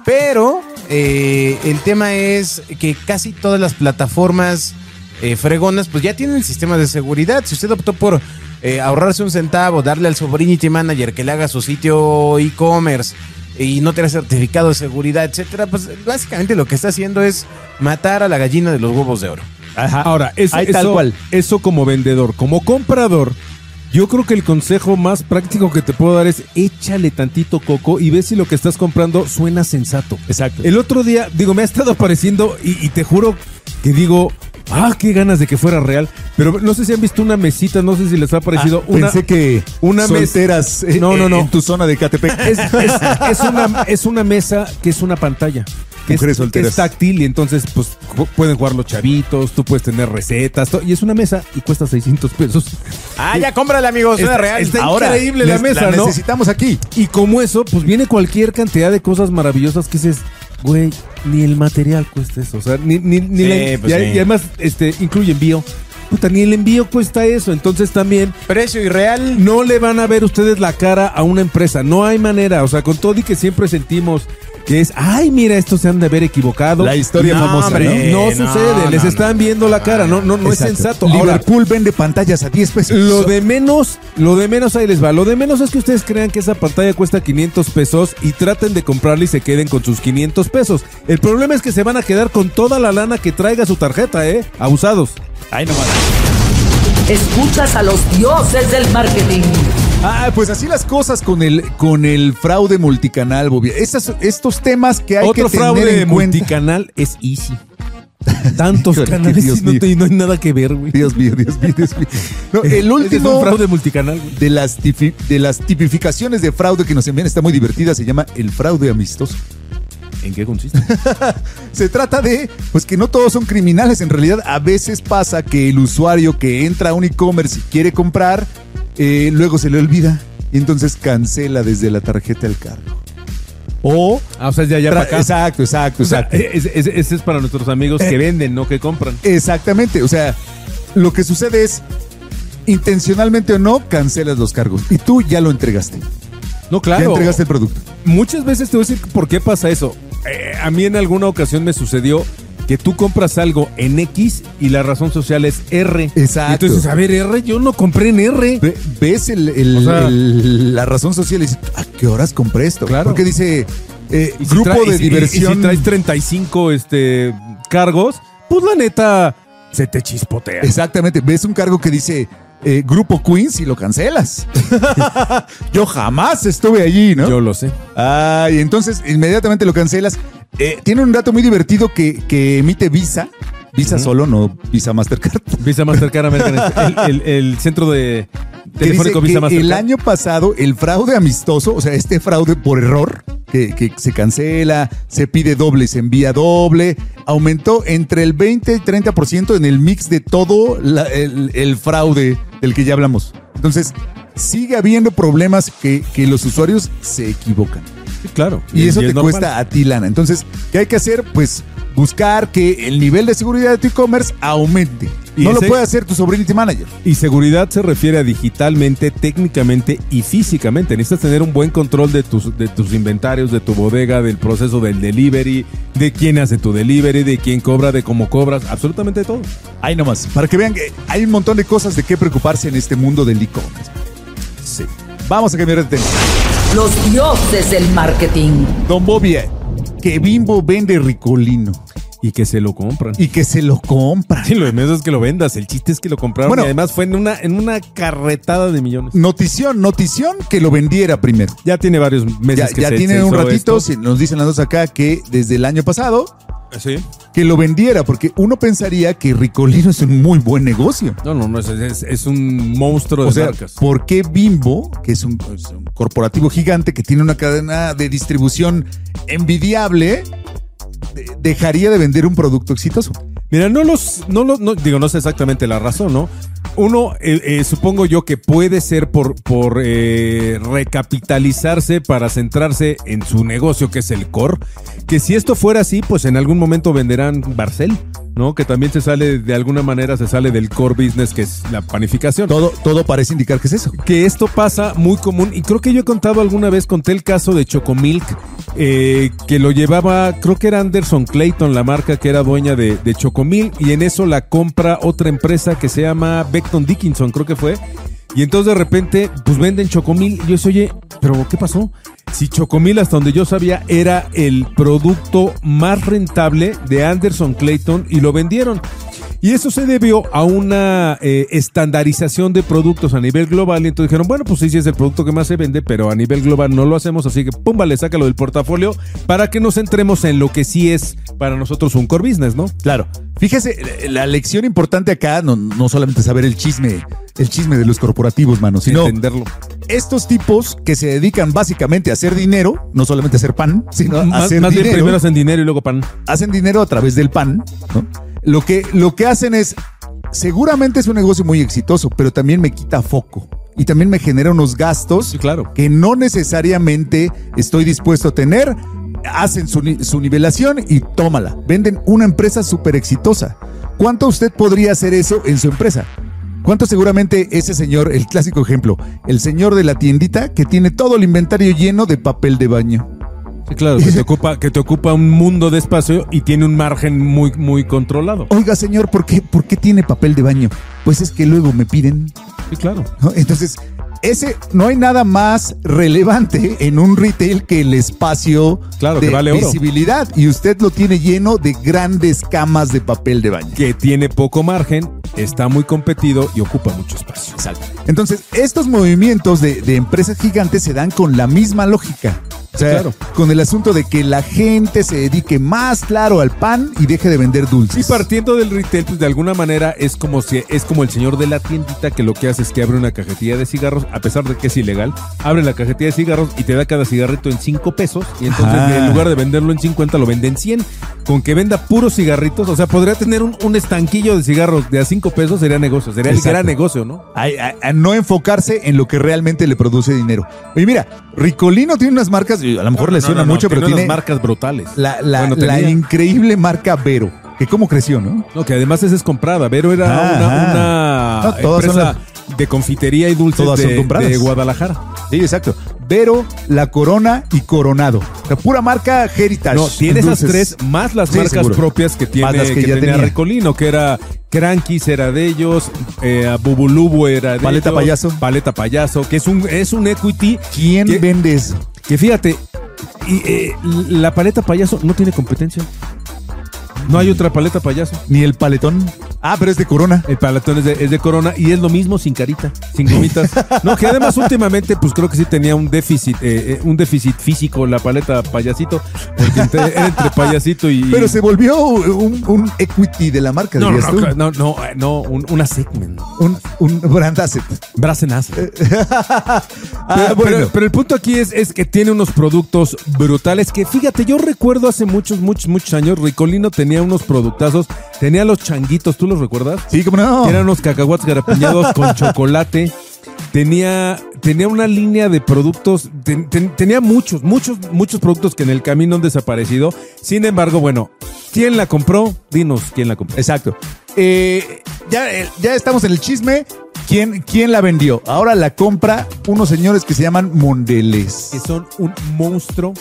Speaker 3: Pero eh, el tema es que casi todas las plataformas eh, fregonas, pues ya tienen sistemas de seguridad. Si usted optó por eh, ahorrarse un centavo, darle al Sovereignty Manager que le haga su sitio e-commerce y no tener certificado de seguridad, etcétera, pues básicamente lo que está haciendo es matar a la gallina de los huevos de oro.
Speaker 4: Ahora, eso,
Speaker 5: Ahí tal
Speaker 4: eso-
Speaker 5: cual.
Speaker 4: eso como vendedor, como comprador, yo creo que el consejo más práctico que te puedo dar es échale tantito coco y ve si lo que estás comprando suena sensato.
Speaker 7: Exacto.
Speaker 4: El otro día, digo, me ha estado apareciendo y, y te juro que digo, ah, qué ganas de que fuera real. Pero no sé si han visto una mesita, no sé si les ha parecido una.
Speaker 5: Ah, Pensé que
Speaker 4: una mes-
Speaker 5: solteras eh,
Speaker 4: No, no,
Speaker 5: eh,
Speaker 4: no.
Speaker 5: en tu zona de Catepec.
Speaker 4: Es, es- es una, es una mesa que es una pantalla. Que es,
Speaker 5: Mujeres
Speaker 4: que
Speaker 5: solteras.
Speaker 4: es táctil y entonces pues ju- pueden jugar los chavitos, tú puedes tener recetas to- y es una mesa y cuesta 600 pesos.
Speaker 3: Ah, ya cómprala, amigos,
Speaker 4: suena real. Ahora,
Speaker 5: increíble
Speaker 4: la
Speaker 5: la mesa,
Speaker 4: mesa, ¿no?
Speaker 5: necesitamos aquí.
Speaker 4: Y como eso, pues viene cualquier cantidad de cosas maravillosas que dices, güey, ni el material cuesta eso. O sea, ni, ni, ni
Speaker 3: Sí,
Speaker 4: la-
Speaker 3: pues
Speaker 4: y, a-
Speaker 3: sí.
Speaker 4: y además este, incluye envío. Puta, ni el envío cuesta eso. Entonces también
Speaker 3: Precio irreal.
Speaker 4: no le van a ver ustedes la cara a una empresa. No hay manera. O sea, con todo y que siempre sentimos que es, ay, mira, estos se han de haber equivocado.
Speaker 5: La historia
Speaker 4: No,
Speaker 5: famosa,
Speaker 4: hombre,
Speaker 3: ¿no? no,
Speaker 4: no, sucede.
Speaker 3: no,
Speaker 4: Les
Speaker 3: no,
Speaker 4: están
Speaker 3: no,
Speaker 4: viendo la
Speaker 3: no,
Speaker 4: cara. No, no, no es
Speaker 5: Exacto.
Speaker 4: sensato. Ahora,
Speaker 5: Liverpool vende pantallas a 10 pesos.
Speaker 4: lo
Speaker 5: So-
Speaker 4: de menos, lo de menos ahí les va. Lo de menos es que ustedes crean que esa pantalla cuesta 500 pesos y traten de comprarla y se queden con sus 500 pesos. El problema es que se van a quedar con toda la lana que traiga su tarjeta, ¿eh? Abusados.
Speaker 7: Ahí nomás.
Speaker 2: Escuchas a los dioses del marketing.
Speaker 5: Ah, pues así las cosas con el con el fraude multicanal, Bobby. Esas- estos temas que hay
Speaker 4: Otro
Speaker 5: que tener
Speaker 4: fraude
Speaker 5: en cuenta.
Speaker 4: multicanal es Easy. Tantos
Speaker 5: Híjole, qué
Speaker 4: canales
Speaker 5: Dios
Speaker 4: y no,
Speaker 5: mío.
Speaker 4: te- y no hay nada que ver, güey.
Speaker 5: Dios mío, Dios mío, Dios mío. No,
Speaker 4: Ese
Speaker 5: el
Speaker 4: es un
Speaker 5: último
Speaker 4: fraude multicanal. güey.
Speaker 5: de las tipi- de las tipificaciones de fraude que nos envían está muy divertida, se llama el fraude amistoso.
Speaker 4: ¿En qué consiste?
Speaker 5: Se trata de, pues que no todos son criminales. En realidad, a veces pasa que el usuario que entra a un e-commerce y quiere comprar, eh, luego se le olvida y entonces cancela desde la tarjeta el cargo. O.
Speaker 4: Ah, o sea, ya, ya
Speaker 5: tra-
Speaker 4: para acá.
Speaker 5: Exacto, exacto,
Speaker 4: O sea,
Speaker 5: exacto.
Speaker 4: ese ese- ese es para nuestros amigos que venden, no que compran.
Speaker 5: Exactamente. O sea, lo que sucede es, intencionalmente o no, cancelas los cargos y tú ya lo entregaste.
Speaker 4: No,
Speaker 5: Ya
Speaker 4: claro.
Speaker 5: entregaste el producto.
Speaker 4: Muchas veces te voy a decir por qué pasa eso. Eh, a mí en alguna ocasión me sucedió que tú compras algo en X y la razón social es R.
Speaker 5: Exacto.
Speaker 4: Y tú dices, a ver, R, yo no compré en R.
Speaker 5: Ve- ves el- el-
Speaker 4: O sea-
Speaker 5: el- la razón social y dices, ¿a qué horas compré esto?
Speaker 4: Claro.
Speaker 5: Porque dice, eh,
Speaker 4: Y si
Speaker 5: grupo
Speaker 4: traes-
Speaker 5: de
Speaker 4: y si- y
Speaker 5: diversión.
Speaker 4: si traes 35 este, cargos, pues la neta se te chispotea.
Speaker 5: Exactamente, ves un cargo que dice eh, Grupo Queens y lo cancelas. Yo jamás estuve allí, ¿no?
Speaker 4: Yo lo sé.
Speaker 5: Ay, entonces inmediatamente lo cancelas. Eh, tiene un dato muy divertido que, que emite Visa. Visa solo, no Visa Mastercard.
Speaker 4: Visa Mastercard American Express. el, el- el centro de
Speaker 5: que dice
Speaker 4: telefónico Visa
Speaker 5: que
Speaker 4: Mastercard.
Speaker 5: el año pasado el fraude amistoso, o sea, este fraude por error, que, que se cancela, se pide doble, y se envía doble, aumentó entre el 20 y 30% en el mix de todo la- el, el fraude del que ya hablamos. Entonces, sigue habiendo problemas que, que los usuarios se equivocan.
Speaker 4: Sí, claro.
Speaker 5: Y eso
Speaker 4: es
Speaker 5: te
Speaker 4: normal.
Speaker 5: cuesta a ti lana. Entonces, ¿qué hay que hacer? Pues buscar que el nivel de seguridad de tu e-commerce aumente.
Speaker 4: Y
Speaker 5: no
Speaker 4: ese-
Speaker 5: lo puede hacer tu sovereignty manager.
Speaker 4: Y seguridad se refiere a digitalmente, técnicamente y físicamente. Necesitas tener un buen control de tus, de tus inventarios, de tu bodega, del proceso del delivery, de quién hace tu delivery, de quién cobra, de cómo cobras, absolutamente todo.
Speaker 5: Ahí nomás, para que vean que hay un montón de cosas de qué preocuparse en este mundo del e-commerce. Sí. Vamos a cambiar de tema.
Speaker 2: Los dioses del marketing.
Speaker 5: eh, Don Bobby, que Bimbo vende ricolino.
Speaker 4: Y que se lo compran.
Speaker 5: y que se lo compran.
Speaker 4: Sí, lo de menos es que lo vendas. El chiste es que lo compraron.
Speaker 5: Bueno.
Speaker 4: y además fue en una, en una carretada de millones.
Speaker 5: Notición, notición que lo vendiera primero.
Speaker 4: Ya tiene varios meses
Speaker 5: Ya,
Speaker 4: Pues que
Speaker 5: ya
Speaker 4: se-
Speaker 5: tiene
Speaker 4: se
Speaker 5: un
Speaker 4: hizo
Speaker 5: ratito,
Speaker 4: esto.
Speaker 5: si nos dicen las dos acá que desde el año pasado
Speaker 4: Sí.
Speaker 5: que lo vendiera, porque uno pensaría que Ricolino es un muy buen negocio.
Speaker 4: No, no, no. Es, es- es un monstruo de
Speaker 5: O sea,
Speaker 4: marcas.
Speaker 5: ¿por qué Bimbo, que es un, es un corporativo gigante que tiene una cadena de distribución envidiable, de- dejaría de vender un producto exitoso?
Speaker 4: Mira, no los, no los, no- digo, no sé exactamente la razón, ¿no? Uno, eh, eh, supongo yo que puede ser por, por eh, recapitalizarse para centrarse en su negocio, que es el core. Que si esto fuera así, pues en algún momento venderán Barcel, ¿no? Que también se sale, de alguna manera, se sale del core business, que es la panificación.
Speaker 5: Todo, todo parece indicar que es eso.
Speaker 4: que esto pasa muy común y creo que yo he contado alguna vez, conté el caso de Chocomilk, eh, que lo llevaba, creo que era Anderson Clayton, la marca que era dueña de, de Chocomilk, y en eso la compra otra empresa que se llama Beckton Dickinson, creo que fue. Y entonces de repente, pues venden Chocomil. Y yo soy, oye, ¿pero qué pasó? Si Chocomil, hasta donde yo sabía, era el producto más rentable de Anderson Clayton y lo vendieron. Y eso se debió a una eh, estandarización de productos a nivel global. Y entonces dijeron, bueno, pues sí, sí es el producto que más se vende, pero a nivel global no lo hacemos. Así que, pum, vale, sácalo del portafolio para que nos centremos en lo que sí es para nosotros un core business, ¿no?
Speaker 5: Claro. Fíjese, la lección importante acá no, no solamente saber el chisme, el chisme de los corporativos, mano, sino
Speaker 4: Entenderlo.
Speaker 5: estos tipos que se dedican básicamente a hacer dinero, no solamente a hacer pan, sino a
Speaker 4: Más,
Speaker 5: hacer
Speaker 4: más bien
Speaker 5: dinero.
Speaker 4: primero hacen Ah, dinero y luego pan.
Speaker 5: hacen dinero a través del pan, ¿no? Lo que, lo que hacen es, seguramente es un negocio muy exitoso, pero también me quita foco y también me genera unos gastos
Speaker 4: Sí, claro.
Speaker 5: que no necesariamente estoy dispuesto a tener. Hacen su, ni- su nivelación y tómala. Venden una empresa súper exitosa. ¿Cuánto usted podría hacer eso en su empresa? ¿Cuánto seguramente ese señor, el clásico ejemplo, el señor de la tiendita que tiene todo el inventario lleno de papel de baño?
Speaker 4: Sí, claro, que te, ocupa, que te ocupa un mundo de espacio y tiene un margen muy, muy controlado.
Speaker 5: Oiga, señor, ¿por qué, ¿por qué tiene papel de baño? Pues es que luego me piden.
Speaker 4: Sí, claro.
Speaker 5: ¿no? Entonces, ese no hay nada más relevante en un retail que el espacio
Speaker 4: Claro,
Speaker 5: de
Speaker 4: que vale oro.
Speaker 5: visibilidad. Y usted lo tiene lleno de grandes camas de papel de baño.
Speaker 4: Que tiene poco margen, está muy competido y ocupa mucho espacio. Exacto.
Speaker 5: Entonces, estos movimientos de, de empresas gigantes se dan con la misma lógica. O sea,
Speaker 4: Claro.
Speaker 5: con el asunto de que la gente se dedique más claro al pan y deje de vender
Speaker 4: Y
Speaker 5: dulces.
Speaker 4: partiendo del retail, pues de alguna manera es como si es como el señor de la tiendita que lo que hace es que abre una cajetilla de cigarros, a pesar de que es ilegal, abre la cajetilla de cigarros y te da cada cigarrito en 5 pesos. Y entonces
Speaker 5: Ajá.
Speaker 4: en lugar de venderlo en 50, lo vende en 100. Con que venda puros cigarritos, o sea, podría tener un, un estanquillo de cigarros de a 5 pesos, sería negocio, sería
Speaker 5: Exacto.
Speaker 4: el gran negocio, ¿no?
Speaker 5: a, a- a no enfocarse en lo que realmente le produce dinero. Y mira, Ricolino tiene unas marcas, y a lo mejor le suena mucho, pero
Speaker 4: unas
Speaker 5: tiene
Speaker 4: marcas brutales.
Speaker 5: la, la-
Speaker 4: Bueno,
Speaker 5: la
Speaker 4: tenía.
Speaker 5: increíble marca Vero, que cómo creció, ¿no?
Speaker 4: No, que además esa es comprada. Vero era
Speaker 5: Ah,
Speaker 4: una,
Speaker 5: ajá.
Speaker 4: una
Speaker 5: No, todas son
Speaker 4: empresa de confitería y dulces
Speaker 5: Todas son
Speaker 4: de,
Speaker 5: compradas.
Speaker 4: de Guadalajara.
Speaker 5: Sí, exacto. Vero, La Corona y Coronado. La pura marca Heritage.
Speaker 4: No, tiene esas
Speaker 5: Entonces,
Speaker 4: tres más las
Speaker 5: Sí,
Speaker 4: marcas
Speaker 5: seguro.
Speaker 4: propias que tiene
Speaker 5: Más las que
Speaker 4: que
Speaker 5: ya
Speaker 4: tenía
Speaker 5: tenía.
Speaker 4: Recolino, que era Crankies era de ellos, eh, Bubulubu era de
Speaker 5: Paleta
Speaker 4: ellos,
Speaker 5: Payaso.
Speaker 4: Paleta Payaso, que es un es un equity
Speaker 5: ¿Quién
Speaker 4: que-
Speaker 5: vende eso?
Speaker 4: que fíjate, y, eh, la paleta payaso no tiene competencia. No hay otra paleta payaso.
Speaker 5: Ni el paletón. Ah, pero es de Corona.
Speaker 4: El palatón es de, es de corona y es lo mismo sin carita, sin gomitas. No, que además últimamente, pues creo que sí tenía un déficit, eh, eh, un déficit físico la paleta payasito, porque entre, era entre payasito y.
Speaker 5: Pero se volvió un, un equity de la marca,
Speaker 4: no, no, no,
Speaker 5: dirías tú.
Speaker 4: claro, no, no, eh, no, un- una segment.
Speaker 5: Un, un brand asset.
Speaker 4: Bracenazo.
Speaker 5: Ah,
Speaker 4: Eh, pero, pero- pero el punto aquí es, es que tiene unos productos brutales que fíjate, yo recuerdo hace muchos, muchos, muchos años, Ricolino tenía unos productazos, tenía los changuitos, ¿tú los recuerdas?
Speaker 5: sí, cómo no.
Speaker 4: Que Eran unos cacahuates garapiñados con chocolate. Tenía, tenía una línea de productos, ten- ten- tenía muchos, muchos, muchos productos que en el camino han desaparecido. Sin embargo, bueno, ¿quién la compró? Dinos quién la compró.
Speaker 5: Exacto. Eh, ya, eh, ya estamos en el chisme. ¿Quién, ¿Quién la vendió? Ahora la compra unos señores que se llaman Mondelez.
Speaker 4: Que son un monstruo.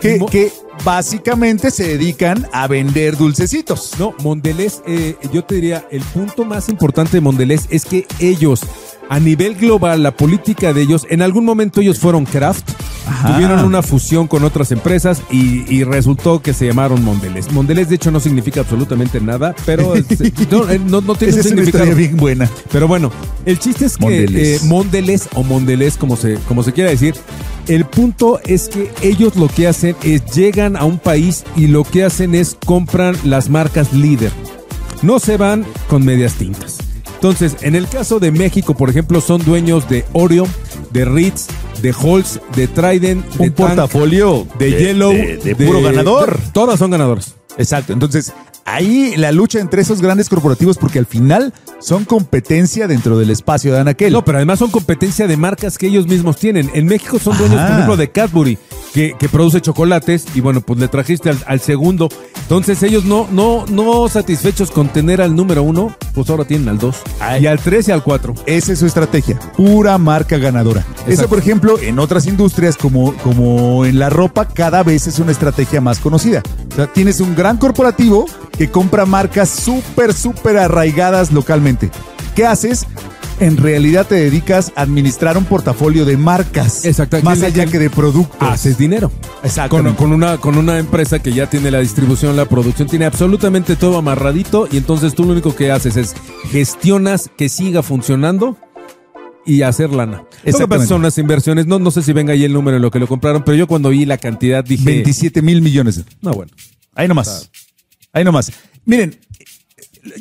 Speaker 5: Que,
Speaker 4: Un mo-
Speaker 5: que básicamente se dedican a vender dulcecitos.
Speaker 4: No, Mondelez, eh, yo te diría, el punto más importante de Mondelez es que ellos, a nivel global, la política de ellos, en algún momento ellos fueron Kraft, tuvieron una fusión con otras empresas y, y resultó que se llamaron Mondelez. Mondelez, de hecho, no significa absolutamente nada, pero eh, se- no, eh, no- no tiene
Speaker 5: Esa
Speaker 4: un
Speaker 5: es una
Speaker 4: significado.
Speaker 5: historia bien buena.
Speaker 4: Pero bueno, el chiste es que
Speaker 5: Mondelez.
Speaker 4: Mondelez, Mondelez o Mondelez, como se, como se quiera decir, el punto es que ellos lo que hacen es llegan a un país y lo que hacen es compran las marcas líder. No se van con medias tintas. Entonces, en el caso de México, por ejemplo, son dueños de Oreo, de Ritz, de Holz, de Trident, de
Speaker 6: Un
Speaker 4: Tank,
Speaker 6: portafolio
Speaker 4: de, Yellow,
Speaker 6: de, de puro ganador.
Speaker 4: Todas son ganadoras.
Speaker 5: Exacto. Entonces, ahí la lucha entre esos grandes corporativos, porque al final son competencia dentro del espacio de Anaquel.
Speaker 4: No, pero además son competencia de marcas que ellos mismos tienen. En México son dueños,
Speaker 5: Ajá.
Speaker 4: por ejemplo, de Cadbury, que, que produce chocolates, y bueno, pues le trajiste al, al segundo. Entonces ellos no, no, no satisfechos con tener al número uno, pues ahora tienen al dos. Y al tres y al cuatro.
Speaker 5: Esa es su estrategia, pura marca ganadora. Eso,
Speaker 4: Exacto.
Speaker 5: por ejemplo, en otras industrias como, como en la ropa, cada vez es una estrategia más conocida. O sea, tienes un gran corporativo que compra marcas súper, súper arraigadas localmente. ¿Qué haces? En realidad te dedicas a administrar un portafolio de marcas.
Speaker 4: Exacto.
Speaker 5: Más
Speaker 4: ¿Quién le-
Speaker 5: allá
Speaker 4: quién-
Speaker 5: que de productos.
Speaker 4: Haces dinero. Con,
Speaker 5: Pues, Exactamente.
Speaker 4: con una, con una empresa que ya tiene la distribución, la producción, tiene absolutamente todo amarradito y entonces tú lo único que haces es gestionas que siga funcionando y hacer lana. Lo que pasa
Speaker 5: Exactamente.
Speaker 4: son las inversiones, no, no sé si venga ahí el número de lo que lo compraron, pero yo cuando vi la cantidad dije...
Speaker 5: 27 mil millones.
Speaker 4: No, bueno.
Speaker 5: Ahí nomás. Ahí nomás. Miren,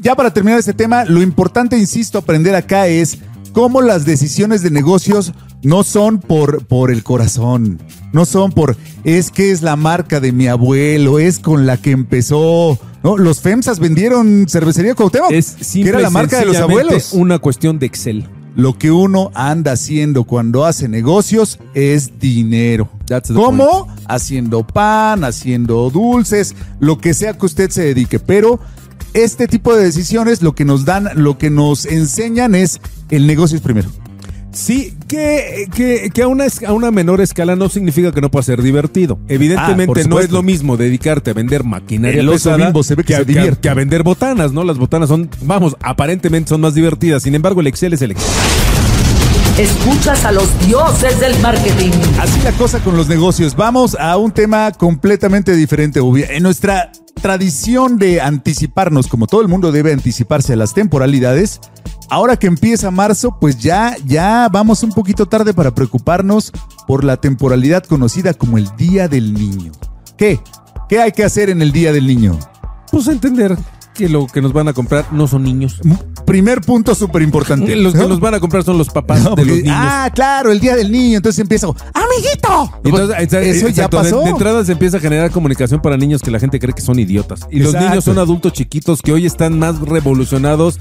Speaker 5: ya para terminar este tema, lo importante, insisto, aprender acá es cómo las decisiones de negocios no son por, por el corazón, no son por es que es la marca de mi abuelo, es con la que empezó. ¿no? Los FEMSAS vendieron cervecería Cuauhtémoc,
Speaker 4: Es
Speaker 5: que
Speaker 4: simple
Speaker 5: era la
Speaker 4: y
Speaker 5: marca de los
Speaker 4: sencillamente
Speaker 5: abuelos.
Speaker 4: Una cuestión de Excel.
Speaker 5: Lo que uno anda haciendo cuando hace negocios es dinero.
Speaker 4: That's the
Speaker 5: ¿Cómo? Haciendo pan, haciendo dulces, lo que sea que usted se dedique. Pero este tipo de decisiones lo que nos dan, lo que nos enseñan es el negocio es primero.
Speaker 4: Sí, que, que, que a, una, es- a una menor escala no significa que no pueda ser divertido.
Speaker 5: Ah, por
Speaker 4: Evidentemente no
Speaker 5: supuesto.
Speaker 4: es lo mismo dedicarte a vender maquinaria
Speaker 5: El oso
Speaker 4: pesada
Speaker 5: bimbo se ve que
Speaker 4: a-
Speaker 5: se
Speaker 4: a-
Speaker 5: divierte.
Speaker 4: que a vender botanas, ¿no? Las botanas son, vamos, aparentemente son más divertidas. Sin embargo, el Excel es el Excel.
Speaker 2: Escuchas a los dioses del marketing.
Speaker 5: Así la cosa con los negocios. Vamos a un tema completamente diferente. obvia- En nuestra tradición de anticiparnos, como todo el mundo debe anticiparse a las temporalidades, ahora que empieza marzo, pues ya, ya vamos un poquito tarde para preocuparnos por la temporalidad conocida como el Día del Niño. ¿Qué? ¿Qué hay que hacer en el Día del Niño?
Speaker 4: Pues entender que lo que nos van a comprar no son niños.
Speaker 5: M- Primer punto súper importante.
Speaker 4: Los que nos van a comprar son los papás de los niños.
Speaker 5: Ah, claro, el día del niño. Entonces empiezo, amiguito.
Speaker 4: Entonces, exa-
Speaker 5: Pues, eso ya
Speaker 4: exacto, de-
Speaker 5: pasó.
Speaker 4: De, entrada se empieza a generar comunicación para niños que la gente cree que son idiotas. Y los
Speaker 5: Exacto.
Speaker 4: niños son adultos chiquitos que hoy están más revolucionados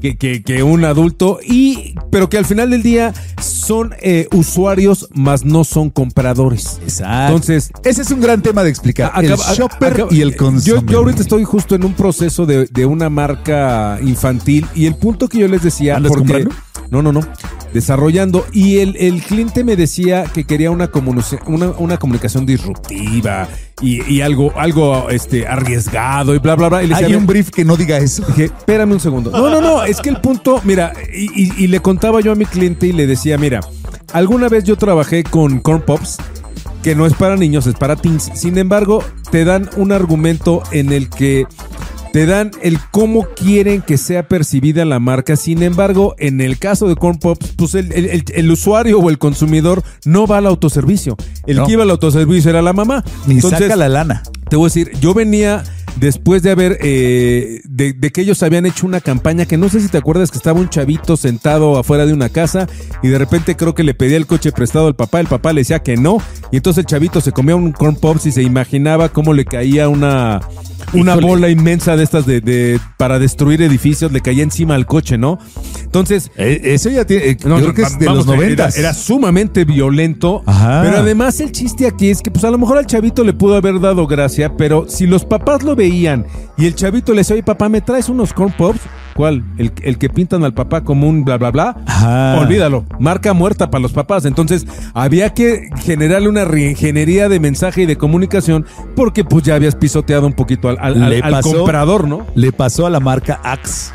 Speaker 4: que, que- que un adulto. Y, pero que al final del día son eh, usuarios, más no son compradores.
Speaker 5: Exacto.
Speaker 4: Entonces,
Speaker 5: ese es un gran tema de explicar.
Speaker 4: a- acaba- a-
Speaker 5: el shopper
Speaker 4: acaba-
Speaker 5: y el consumidor.
Speaker 4: Yo, yo ahorita estoy justo en un proceso de, de una marca infantil y el punto que yo les decía.
Speaker 5: ¿Andas comprando?
Speaker 4: No, no, no. Desarrollando. Y el, el cliente me decía que quería una, comunicación- una, una comunicación disruptiva y, y algo, algo este, arriesgado y bla, bla, bla. Y le decía,
Speaker 5: Hay
Speaker 4: "A ver,
Speaker 5: un brief que no diga eso.
Speaker 4: Dije, espérame un segundo. No, no, no, es que el punto, mira, y, y- y le contaba yo a mi cliente y le decía, mira, alguna vez yo trabajé con Corn Pops, que no es para niños, es para teens. Sin embargo, te dan un argumento en el que te dan el cómo quieren que sea percibida la marca. Sin embargo, en el caso de Corn Pops, pues el, el- el- el usuario o el consumidor no va al autoservicio. El
Speaker 5: No.
Speaker 4: que iba al autoservicio era la mamá.
Speaker 5: Ni
Speaker 4: Entonces,
Speaker 5: saca la lana.
Speaker 4: te voy a decir, yo venía después de haber, eh, de, de que ellos habían hecho una campaña que no sé si te acuerdas que estaba un chavito sentado afuera de una casa y de repente creo que le pedía el coche prestado al papá, el papá le decía que no y entonces el chavito se comía un corn pops y se imaginaba cómo le caía una, una bola inmensa de estas de, de- para destruir edificios, le caía encima al coche, ¿no? Entonces...
Speaker 5: Eh, eso ya tiene. eh,
Speaker 4: No,
Speaker 5: yo creo que es de
Speaker 4: vamos,
Speaker 5: los
Speaker 4: era-
Speaker 5: noventas.
Speaker 4: Era, sumamente violento.
Speaker 5: Ajá.
Speaker 4: Pero además el chiste aquí es que pues a lo mejor al chavito le pudo haber dado gracia, pero si los papás lo veían y el chavito le decía, oye papá, ¿me traes unos corn pops? cual. El, el que pintan al papá como un bla, bla, bla,
Speaker 5: Ajá.
Speaker 4: olvídalo. Marca muerta para los papás. Entonces, había que generarle una reingeniería de mensaje y de comunicación porque pues ya habías pisoteado un poquito al, al- al-
Speaker 5: Le
Speaker 4: al
Speaker 5: pasó-
Speaker 4: comprador, ¿no?
Speaker 5: Le pasó a la marca Axe,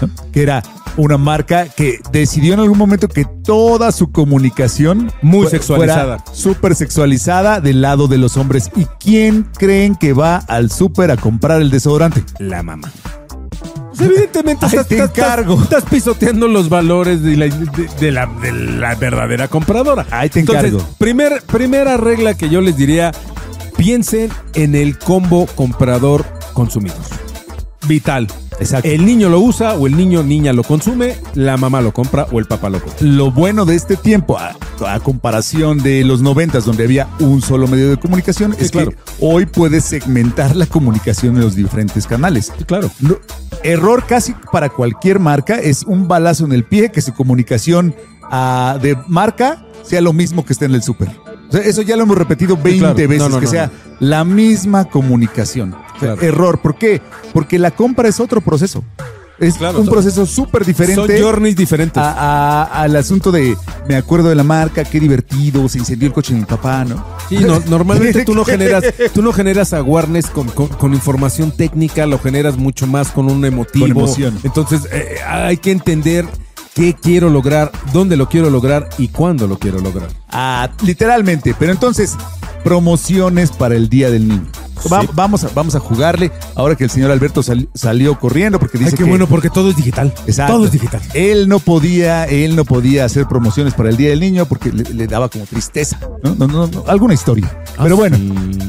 Speaker 5: ¿no? que era una marca que decidió en algún momento que toda su comunicación
Speaker 4: Muy
Speaker 5: fue-
Speaker 4: sexualizada.
Speaker 5: fuera súper sexualizada del lado de los hombres. ¿Y quién creen que va al súper a comprar el desodorante?
Speaker 4: La mamá. evidentemente
Speaker 5: Ahí
Speaker 4: estás,
Speaker 5: te
Speaker 4: estás- estás-
Speaker 5: encargo.
Speaker 4: estás pisoteando los valores de la, de- de la- de la verdadera compradora.
Speaker 5: Ahí te
Speaker 4: Entonces,
Speaker 5: encargo.
Speaker 4: primer- primera regla que yo les diría, piensen en el combo comprador-consumidor. Vital.
Speaker 5: Exacto.
Speaker 4: El niño lo usa o el niño niña lo consume, la mamá lo compra o el papá lo compra.
Speaker 5: lo bueno de este tiempo, a, a comparación de los noventas, donde había un solo medio de comunicación,
Speaker 4: Sí,
Speaker 5: es
Speaker 4: claro.
Speaker 5: que hoy puedes segmentar la comunicación en los diferentes canales.
Speaker 4: Claro.
Speaker 5: No- error casi para cualquier marca es un balazo en el pie que su comunicación ah, de marca sea lo mismo que esté en el súper. O sea, eso ya lo hemos repetido 20
Speaker 4: claro. No,
Speaker 5: veces,
Speaker 4: no,
Speaker 5: que
Speaker 4: no,
Speaker 5: sea la misma comunicación. O sea,
Speaker 4: Claro.
Speaker 5: Error. ¿Por qué? Porque la compra es otro proceso. Es
Speaker 4: Claro,
Speaker 5: un
Speaker 4: son-
Speaker 5: proceso súper
Speaker 4: Son
Speaker 5: diferente
Speaker 4: journeys diferentes.
Speaker 5: a- a- al asunto de me acuerdo de la marca, qué divertido, se incendió el coche de mi papá, ¿no?
Speaker 4: Sí, no, normalmente tú no generas, tú no generas awareness con, con- con información técnica, lo generas mucho más con un emotivo.
Speaker 5: Con emoción.
Speaker 4: Entonces eh, hay que entender qué quiero lograr, dónde lo quiero lograr y cuándo lo quiero lograr.
Speaker 5: Ah, literalmente. Pero entonces, promociones para el Día del Niño. Va- vamos, a, vamos a jugarle. Ahora que el señor Alberto sal- salió corriendo porque dice
Speaker 4: Ay, qué
Speaker 5: que-
Speaker 4: bueno, porque todo es digital.
Speaker 5: Exacto.
Speaker 4: Todo es digital.
Speaker 5: Él no podía, él no podía hacer promociones para el Día del Niño porque le, le daba como tristeza. ¿no? No, no, no, alguna historia.
Speaker 4: Ah,
Speaker 5: Pero bueno,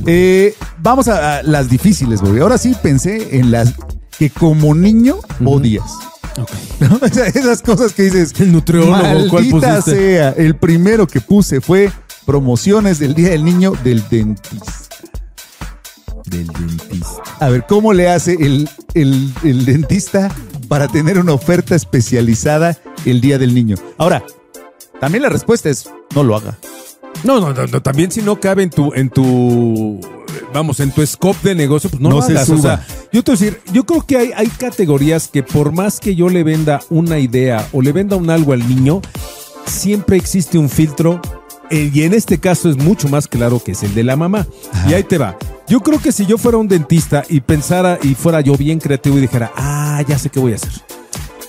Speaker 5: eh, vamos a, a las difíciles, Bobby. Ahora sí pensé en las que como niño odias. ¿No? O sea, Esas cosas que dices.
Speaker 4: El nutriólogo, ¿cuál
Speaker 5: Maldita
Speaker 4: pusiste?"
Speaker 5: sea. El primero que puse fue promociones del Día del Niño del dentista.
Speaker 4: Del dentista.
Speaker 5: A ver, ¿cómo le hace el, el- el dentista para tener una oferta especializada el día del niño? Ahora, también la respuesta es no lo haga.
Speaker 4: No, no, no, no, también si no cabe en tu, en tu, vamos, en tu scope de negocio, pues no,
Speaker 5: No
Speaker 4: lo
Speaker 5: se
Speaker 4: hagas. O
Speaker 5: suba.
Speaker 4: sea, yo te voy a decir, yo creo que hay, hay categorías que por más que yo le venda una idea o le venda un algo al niño, siempre existe un filtro eh, y en este caso es mucho más claro que es el de la mamá. Y ahí te va. Yo creo que si yo fuera un dentista y pensara y fuera yo bien creativo y dijera, ah, ya sé qué voy a hacer.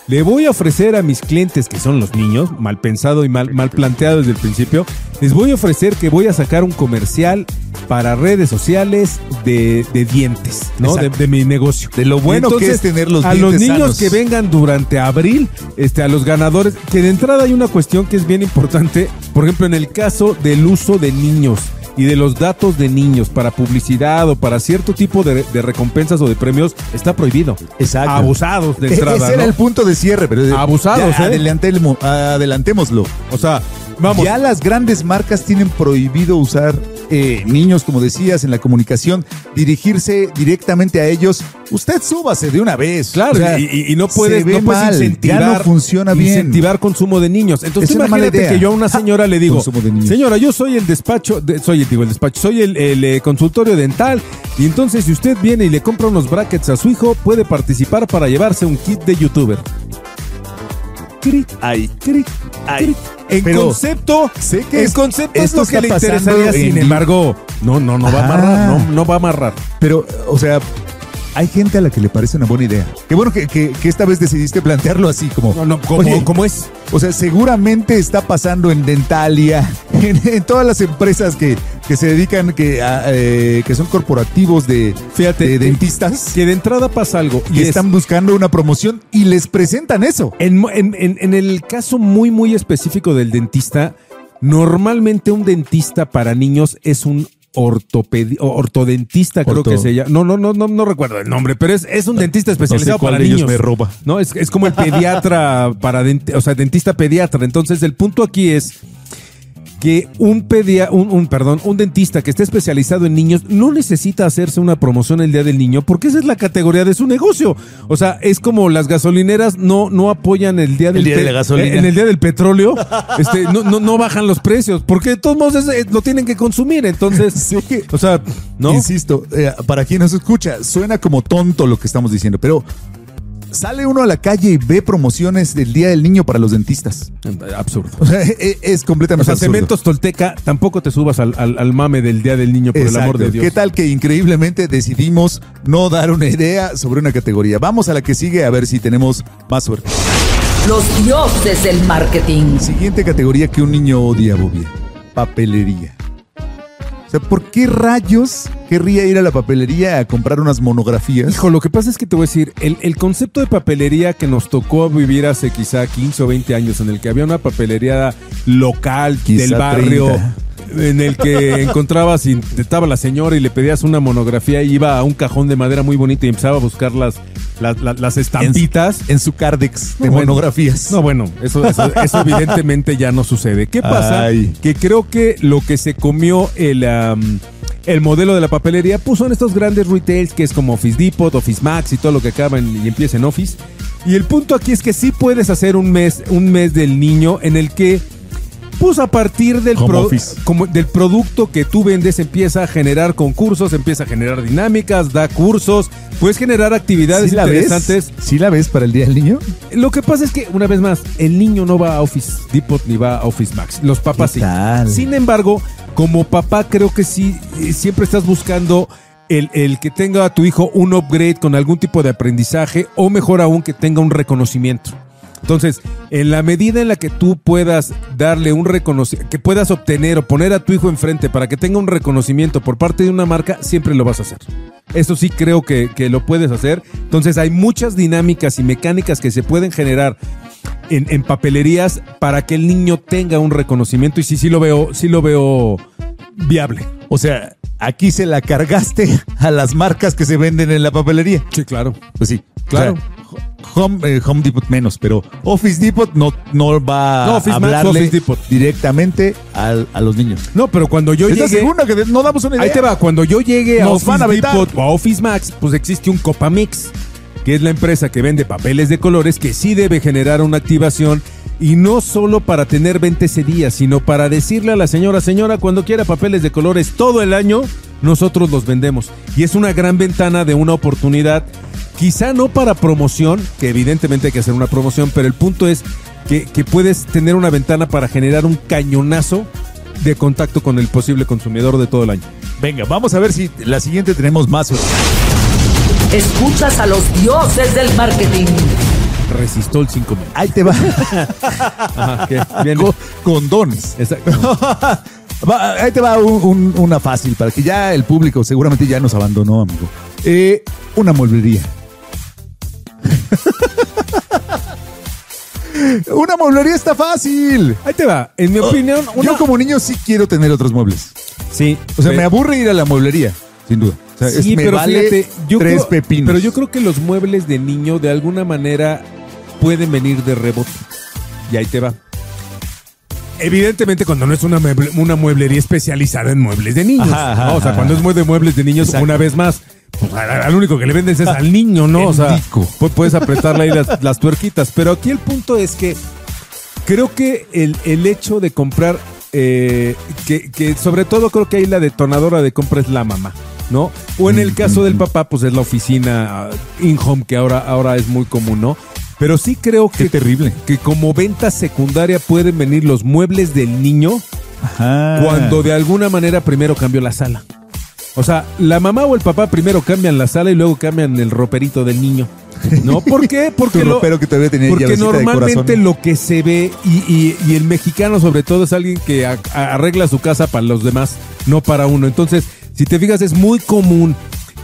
Speaker 4: Le voy a ofrecer a mis clientes, que son los niños, mal pensado y mal, mal planteado desde el principio, les voy a ofrecer que voy a sacar un comercial para redes sociales de, de dientes, ¿no? De, de mi negocio.
Speaker 5: De lo bueno
Speaker 4: Y
Speaker 5: que es tener los
Speaker 4: A
Speaker 5: dientes
Speaker 4: los niños
Speaker 5: sanos.
Speaker 4: que vengan durante abril, este, a los ganadores, que de entrada hay una cuestión que es bien importante, por ejemplo, en el caso del uso de niños y de los datos de niños para publicidad o para cierto tipo de, de recompensas o de premios, está prohibido.
Speaker 5: Exacto.
Speaker 4: Abusados de
Speaker 5: E-
Speaker 4: entrada.
Speaker 5: Ese era
Speaker 4: ¿no?
Speaker 5: el punto de cierre, pero
Speaker 4: Abusados,
Speaker 5: ya
Speaker 4: ¿eh?
Speaker 5: adelantemo- adelantémoslo.
Speaker 4: O sea, vamos.
Speaker 5: Ya las grandes marcas tienen prohibido usar eh, niños, como decías, en la comunicación, dirigirse directamente a ellos. Usted súbase de una vez.
Speaker 4: Claro,
Speaker 5: O sea,
Speaker 4: y, y- y no
Speaker 5: se
Speaker 4: puedes,
Speaker 5: ve
Speaker 4: no puedes
Speaker 5: mal,
Speaker 4: incentivar,
Speaker 5: Ya no funciona bien.
Speaker 4: incentivar consumo de niños. Entonces
Speaker 5: Es una mala
Speaker 4: imagínate
Speaker 5: idea.
Speaker 4: que yo a una señora le digo,
Speaker 5: Consumo de niños.
Speaker 4: señora, yo soy el despacho, de- soy el, digo, el despacho, soy el, el, eh, consultorio dental y entonces si usted viene y le compra unos brackets a su hijo, puede participar para llevarse un kit de youtuber. Cric,
Speaker 5: Ahí.
Speaker 4: cric, cric. En
Speaker 5: Pero
Speaker 4: concepto,
Speaker 5: sé que
Speaker 4: en
Speaker 5: es-
Speaker 4: concepto es
Speaker 5: esto
Speaker 4: lo que
Speaker 5: está
Speaker 4: le
Speaker 5: pasando
Speaker 4: interesaría.
Speaker 5: en-
Speaker 4: Sin embargo, no, no, no va a
Speaker 5: Ah.
Speaker 4: amarrar, no, no va a amarrar.
Speaker 5: Pero, o sea, hay gente a la que le parece una buena idea. Qué bueno que, que- que esta vez decidiste plantearlo así, como...
Speaker 4: No, no, como,
Speaker 5: oye,
Speaker 4: como es.
Speaker 5: O sea, seguramente está pasando en Dentalia, en, en todas las empresas que, que se dedican, que, a, eh, que son corporativos de,
Speaker 4: Fíjate,
Speaker 5: de
Speaker 4: que-
Speaker 5: dentistas,
Speaker 4: Que de entrada pasa algo
Speaker 5: y
Speaker 4: y es-
Speaker 5: están buscando una promoción y les presentan eso.
Speaker 4: En, mo- en- en- en el caso muy, muy específico del dentista, normalmente un dentista para niños es un ortopedi- o- ortodentista, creo
Speaker 5: Orto-
Speaker 4: que se llama. No, no, no, no, no recuerdo el nombre, pero es, es un dentista especializado
Speaker 5: cuál
Speaker 4: para
Speaker 5: de ellos
Speaker 4: niños.
Speaker 5: me roba.
Speaker 4: No, es, es como el pediatra para denti- o sea, dentista pediatra. Entonces, el punto aquí es que un pedia, un, un, perdón, un dentista que esté especializado en niños no necesita hacerse una promoción el día del niño porque esa es la categoría de su negocio. O sea, es como las gasolineras no, no apoyan el día del
Speaker 5: día de la
Speaker 4: pe-
Speaker 5: gasolina.
Speaker 4: eh, En el día del petróleo, este, no, no, no bajan los precios, porque de todos modos es- eh, lo tienen que consumir. Entonces, o sea, ¿no?
Speaker 5: Insisto, eh, para quien nos escucha, suena como tonto lo que estamos diciendo, pero Sale uno a la calle y ve promociones del Día del Niño para los dentistas.
Speaker 4: Absurdo.
Speaker 5: O sea, e- es
Speaker 4: O
Speaker 5: completamente
Speaker 4: sea,
Speaker 5: absurdo.
Speaker 4: Cementos Tolteca, tampoco te subas al, al- al mame del Día del Niño, por el amor
Speaker 5: Exacto.
Speaker 4: de Dios.
Speaker 5: ¿Qué tal que increíblemente decidimos no dar una idea sobre una categoría? Vamos a la que sigue a ver si tenemos más suerte.
Speaker 2: Los dioses del marketing.
Speaker 5: Siguiente categoría que un niño odia, Bobia. Papelería. O sea, ¿por qué rayos querría ir a la papelería a comprar unas monografías?
Speaker 4: Hijo, lo que pasa es que te voy a decir, el, el concepto de papelería que nos tocó vivir hace quizá 15 o 20 años, en el que había una papelería local
Speaker 5: Quizá
Speaker 4: del barrio, en el que encontrabas y estaba la señora y le pedías una monografía y iba a un cajón de madera muy bonito y empezaba a buscar las, las, las- las estampitas.
Speaker 5: En su cardex de
Speaker 4: No, bueno.
Speaker 5: monografías.
Speaker 4: No, bueno, eso, eso- eso evidentemente ya no sucede. ¿Qué pasa?
Speaker 5: Ay.
Speaker 4: Que creo que lo que se comió el, am, el modelo de la papelería, puso en estos grandes retails que es como Office Depot, Office Max y todo lo que acaba en- y empieza en Office. Y el punto aquí es que sí puedes hacer un mes, un mes del niño en el que pues a partir del,
Speaker 5: Home
Speaker 4: pro-
Speaker 5: office.
Speaker 4: como del producto que tú vendes empieza a generar concursos, empieza a generar dinámicas, da cursos, puedes generar actividades
Speaker 5: ¿Sí la
Speaker 4: interesantes.
Speaker 5: ves? ¿Sí la ves para el Día del Niño?
Speaker 4: Lo que pasa es que, una vez más, el niño no va a Office Depot ni va a Office Max. Los papás sí.
Speaker 5: ¿Qué tal?
Speaker 4: Sin embargo, como papá, creo que sí, eh, siempre estás buscando el, el que tenga a tu hijo un upgrade con algún tipo de aprendizaje o mejor aún que tenga un reconocimiento. Entonces, en la medida en la que tú puedas darle un reconocimiento, que puedas obtener o poner a tu hijo enfrente para que tenga un reconocimiento por parte de una marca, siempre lo vas a hacer. Eso sí creo que, que lo puedes hacer. Entonces hay muchas dinámicas y mecánicas que se pueden generar en, en papelerías para que el niño tenga un reconocimiento. Y sí, sí lo veo, sí lo veo viable.
Speaker 5: O sea, aquí se la cargaste a las marcas que se venden en la papelería.
Speaker 4: Sí, claro.
Speaker 5: Pues sí,
Speaker 4: Claro.
Speaker 5: claro. Home, eh, Home Depot menos, pero Office Depot no, no va
Speaker 4: No, Office
Speaker 5: a
Speaker 4: Max,
Speaker 5: hablarle
Speaker 4: Office Depot.
Speaker 5: directamente al- a los niños.
Speaker 4: No, pero cuando yo
Speaker 5: ¿Estás
Speaker 4: llegué.
Speaker 5: seguro que de- no damos una idea?
Speaker 4: Ahí te va, cuando yo llegué a
Speaker 5: Nos
Speaker 4: Office
Speaker 5: van a vetar.
Speaker 4: Depot o a Office Max, pues existe un Copamix, que es la empresa que vende papeles de colores que sí debe generar una activación y no solo para tener 20 ese día, sino para decirle a la señora, señora, cuando quiera papeles de colores todo el año, nosotros los vendemos. Y es una gran ventana de una oportunidad, quizá no para promoción, que evidentemente hay que hacer una promoción, pero el punto es que, que puedes tener una ventana para generar un cañonazo de contacto con el posible consumidor de todo el año.
Speaker 5: Venga, vamos a ver si la siguiente tenemos más.
Speaker 2: Escuchas a los dioses del marketing.
Speaker 4: Resistó el 5000.
Speaker 5: Ahí te va.
Speaker 4: Ajá, ¿qué? Bien.
Speaker 5: Con- Condones.
Speaker 4: Exacto.
Speaker 5: Va, ahí te va un- un- una fácil para que ya el público seguramente ya nos abandonó, amigo. Eh, una mueblería. una mueblería está fácil.
Speaker 4: Ahí te va. En mi opinión, una...
Speaker 5: Yo como niño sí quiero tener otros muebles.
Speaker 4: Sí.
Speaker 5: O sea,
Speaker 4: pe-
Speaker 5: me aburre ir a la mueblería, sin duda. O sea, es-
Speaker 4: sí,
Speaker 5: me
Speaker 4: pero
Speaker 5: vale
Speaker 4: fíjate, yo
Speaker 5: tres
Speaker 4: creo-
Speaker 5: pepinos.
Speaker 4: Pero yo creo que los muebles de niño de alguna manera pueden venir de rebote. Y ahí te va. Evidentemente, cuando no es una, mueble- una mueblería especializada en muebles de niños.
Speaker 5: Ajá, ajá,
Speaker 4: ¿no? O sea,
Speaker 5: ajá.
Speaker 4: cuando es mue- de muebles de niños,
Speaker 5: Exacto.
Speaker 4: una vez más, pues, al, al único que le vendes es al niño, ¿no? O sea,
Speaker 5: Endico.
Speaker 4: pu- puedes apretarle ahí las, las tuerquitas. Pero aquí el punto es que Creo que el, el hecho de comprar, eh, que, que sobre todo creo que ahí la detonadora de compra es la mamá, ¿no? O en el caso del papá, pues es la oficina ah, in-home que ahora, ahora es muy común, ¿no? Pero sí creo que,
Speaker 5: Qué terrible.
Speaker 4: que como venta secundaria pueden venir los muebles del niño
Speaker 5: Ajá.
Speaker 4: cuando de alguna manera primero cambió la sala. O sea, la mamá o el papá primero cambian la sala y luego cambian el roperito del niño. ¿No? ¿Por qué? Porque
Speaker 5: tu
Speaker 4: lo-
Speaker 5: ropero que todavía tenía
Speaker 4: porque
Speaker 5: llavecita de
Speaker 4: normalmente
Speaker 5: corazón.
Speaker 4: lo que se ve, y, y- y el mexicano sobre todo, es alguien que a- a- arregla su casa para los demás, no para uno. Entonces, si te fijas, es muy común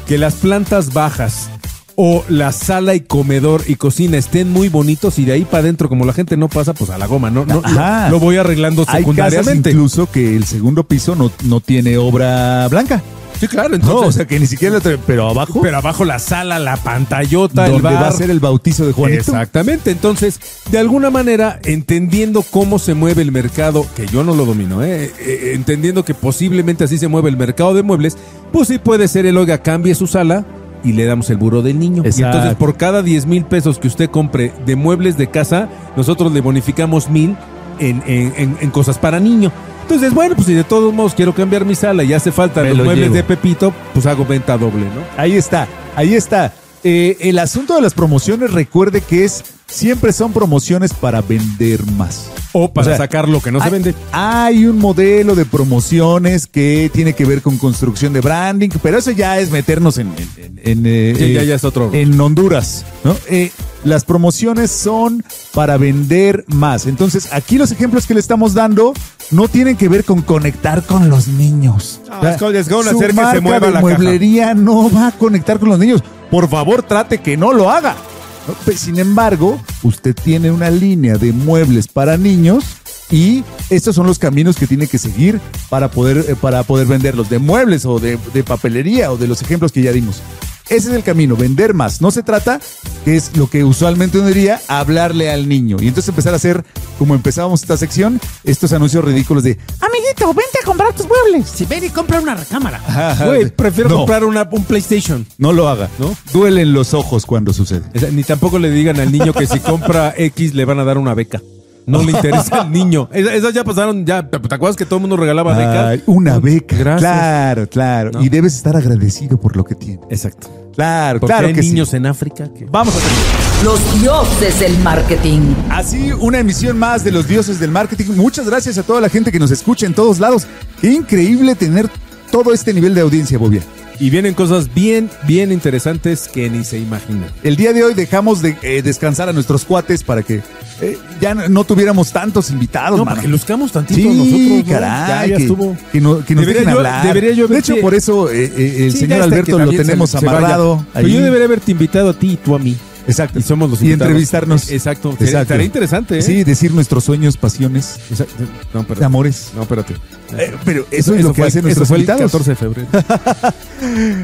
Speaker 4: que las plantas bajas o la sala y comedor y cocina estén muy bonitos y de ahí para adentro, como la gente no pasa, pues a la goma, ¿no? no
Speaker 5: Ajá.
Speaker 4: lo, lo voy arreglando
Speaker 5: Hay casas
Speaker 4: secundariamente.
Speaker 5: incluso que el segundo piso no, no tiene obra blanca.
Speaker 4: sí, claro,
Speaker 5: No, o sea que ni siquiera... la tra- Pero abajo,
Speaker 4: pero abajo la sala, la pantallota, el
Speaker 5: donde
Speaker 4: bar.
Speaker 5: va a ser el bautizo de Juanito.
Speaker 4: Exactamente. Entonces, de alguna manera, entendiendo cómo se mueve el mercado, que yo no lo domino, ¿eh? Eh, entendiendo que posiblemente así se mueve el mercado de muebles, pues sí puede ser el oiga, cambie su sala y le damos el buró del niño. Y
Speaker 5: Exacto.
Speaker 4: entonces, por cada 10 mil pesos que usted compre de muebles de casa, nosotros le bonificamos mil en, en- en- en cosas para niño. Entonces, bueno, pues si de todos modos quiero cambiar mi sala y hace falta
Speaker 5: Me
Speaker 4: los
Speaker 5: lo
Speaker 4: muebles
Speaker 5: llevo.
Speaker 4: de Pepito, pues hago venta doble, ¿no?
Speaker 5: Ahí está, ahí está. Eh, el asunto de las promociones, recuerde que es siempre son promociones para vender más.
Speaker 4: O para
Speaker 5: O sea,
Speaker 4: sacar lo que no se
Speaker 5: hay,
Speaker 4: vende.
Speaker 5: hay un modelo de promociones que tiene que ver con construcción de branding, pero eso ya es meternos en, en- en, eh,
Speaker 4: Sí, ya-
Speaker 5: eh,
Speaker 4: ya es otro.
Speaker 5: en Honduras. ¿no? Eh, las promociones son para vender más. Entonces, aquí los ejemplos que le estamos dando no tienen que ver con conectar con los niños.
Speaker 4: Ah, es con- es con hacer que se
Speaker 5: marca
Speaker 4: mueva
Speaker 5: de
Speaker 4: la caja.
Speaker 5: mueblería no va a conectar con los niños. Por favor, trate que no lo haga. ¿no? Pe- Sin embargo, usted tiene una línea de muebles para niños y estos son los caminos que tiene que seguir para poder, eh, para poder venderlos, de muebles o de, de papelería o de los ejemplos que ya dimos. Ese es el camino, vender más. No se trata, que es lo que usualmente uno diría, hablarle al niño. Y entonces empezar a hacer, como empezábamos esta sección, estos anuncios ridículos de...
Speaker 9: Amiguito, vente a comprar tus muebles. Si ven y compra una recámara.
Speaker 4: Güey, prefiero
Speaker 5: No.
Speaker 4: comprar una, un PlayStation.
Speaker 5: No lo haga,
Speaker 4: ¿No?
Speaker 5: ¿no? Duelen los ojos cuando sucede.
Speaker 4: O sea, ni tampoco le digan al niño que si compra X le van a dar una beca. No le interesa al niño. Es- Esas ya pasaron, ya. ¿Te te acuerdas que todo el mundo regalaba becas?
Speaker 5: Ay, Ah, una beca.
Speaker 4: Gracias.
Speaker 5: Claro, claro.
Speaker 4: No.
Speaker 5: Y debes estar agradecido por lo que tiene.
Speaker 4: Exacto.
Speaker 5: Claro,
Speaker 4: Porque
Speaker 5: claro
Speaker 4: hay
Speaker 5: que sí.
Speaker 4: niños en África que.
Speaker 5: Vamos a terminar.
Speaker 2: Los dioses del marketing.
Speaker 5: Así, una emisión más de los dioses del marketing. Muchas gracias a toda la gente que nos escucha en todos lados. Qué increíble tener todo este nivel de audiencia, Bobia.
Speaker 4: Y vienen cosas bien, bien interesantes que ni se imaginan.
Speaker 5: El día de hoy dejamos de eh, descansar a nuestros cuates para que eh, ya no, no tuviéramos tantos invitados,
Speaker 4: No,
Speaker 5: mano.
Speaker 4: para que luzcamos tantito
Speaker 5: Sí,
Speaker 4: nosotros. ¿no?
Speaker 5: caray,
Speaker 4: Ya, ya
Speaker 5: que,
Speaker 4: estuvo.
Speaker 5: que no- que nos
Speaker 4: Debería
Speaker 5: dejen
Speaker 4: yo-
Speaker 5: hablar.
Speaker 4: debería yo
Speaker 5: de
Speaker 4: haberte-
Speaker 5: hecho, por eso eh, eh, el
Speaker 4: Sí, ya
Speaker 5: señor
Speaker 4: está,
Speaker 5: Alberto
Speaker 4: que
Speaker 5: lo
Speaker 4: también se-
Speaker 5: tenemos
Speaker 4: se vaya.
Speaker 5: amarrado.
Speaker 4: Pero
Speaker 5: ahí.
Speaker 4: yo debería haberte invitado a ti y tú a mí.
Speaker 5: Exacto.
Speaker 4: Y somos los
Speaker 5: Y
Speaker 4: invitados.
Speaker 5: entrevistarnos.
Speaker 4: Exacto.
Speaker 5: Exacto.
Speaker 4: Sería- Estaría interesante, ¿eh?
Speaker 5: Sí, decir nuestros sueños, pasiones,
Speaker 4: O sea, eh, No, espérate.
Speaker 5: de amores.
Speaker 4: No, espérate.
Speaker 5: Eh, pero eso, es lo que
Speaker 4: fue-
Speaker 5: hacen
Speaker 4: eso
Speaker 5: nuestros
Speaker 4: fue el
Speaker 5: invitados.
Speaker 4: 14 de febrero.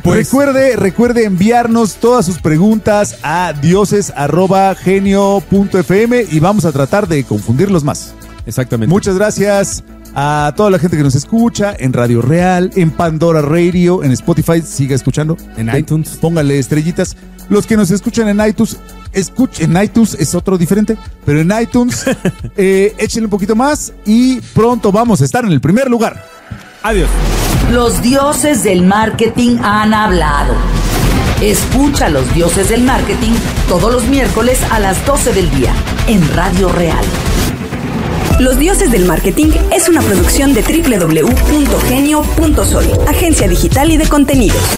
Speaker 4: Pues-
Speaker 5: recuerde, recuerde enviarnos todas sus preguntas a dioses@genio.fm y vamos a tratar de confundirlos más.
Speaker 4: Exactamente.
Speaker 5: Muchas gracias a toda la gente que nos escucha en Radio Real, en Pandora Radio, en Spotify, siga escuchando.
Speaker 4: En
Speaker 5: Ten-
Speaker 4: iTunes.
Speaker 5: Póngale estrellitas. Los que nos escuchan en iTunes, escuchen. En iTunes es otro diferente, pero en iTunes eh, échenle un poquito más y pronto vamos a estar en el primer lugar.
Speaker 4: Adiós.
Speaker 2: Los dioses del marketing han hablado. Escucha a los dioses del marketing todos los miércoles a las 12 del día en Radio Real.
Speaker 1: Los Dioses del Marketing es una producción de www.genio.sol, agencia digital y de contenidos.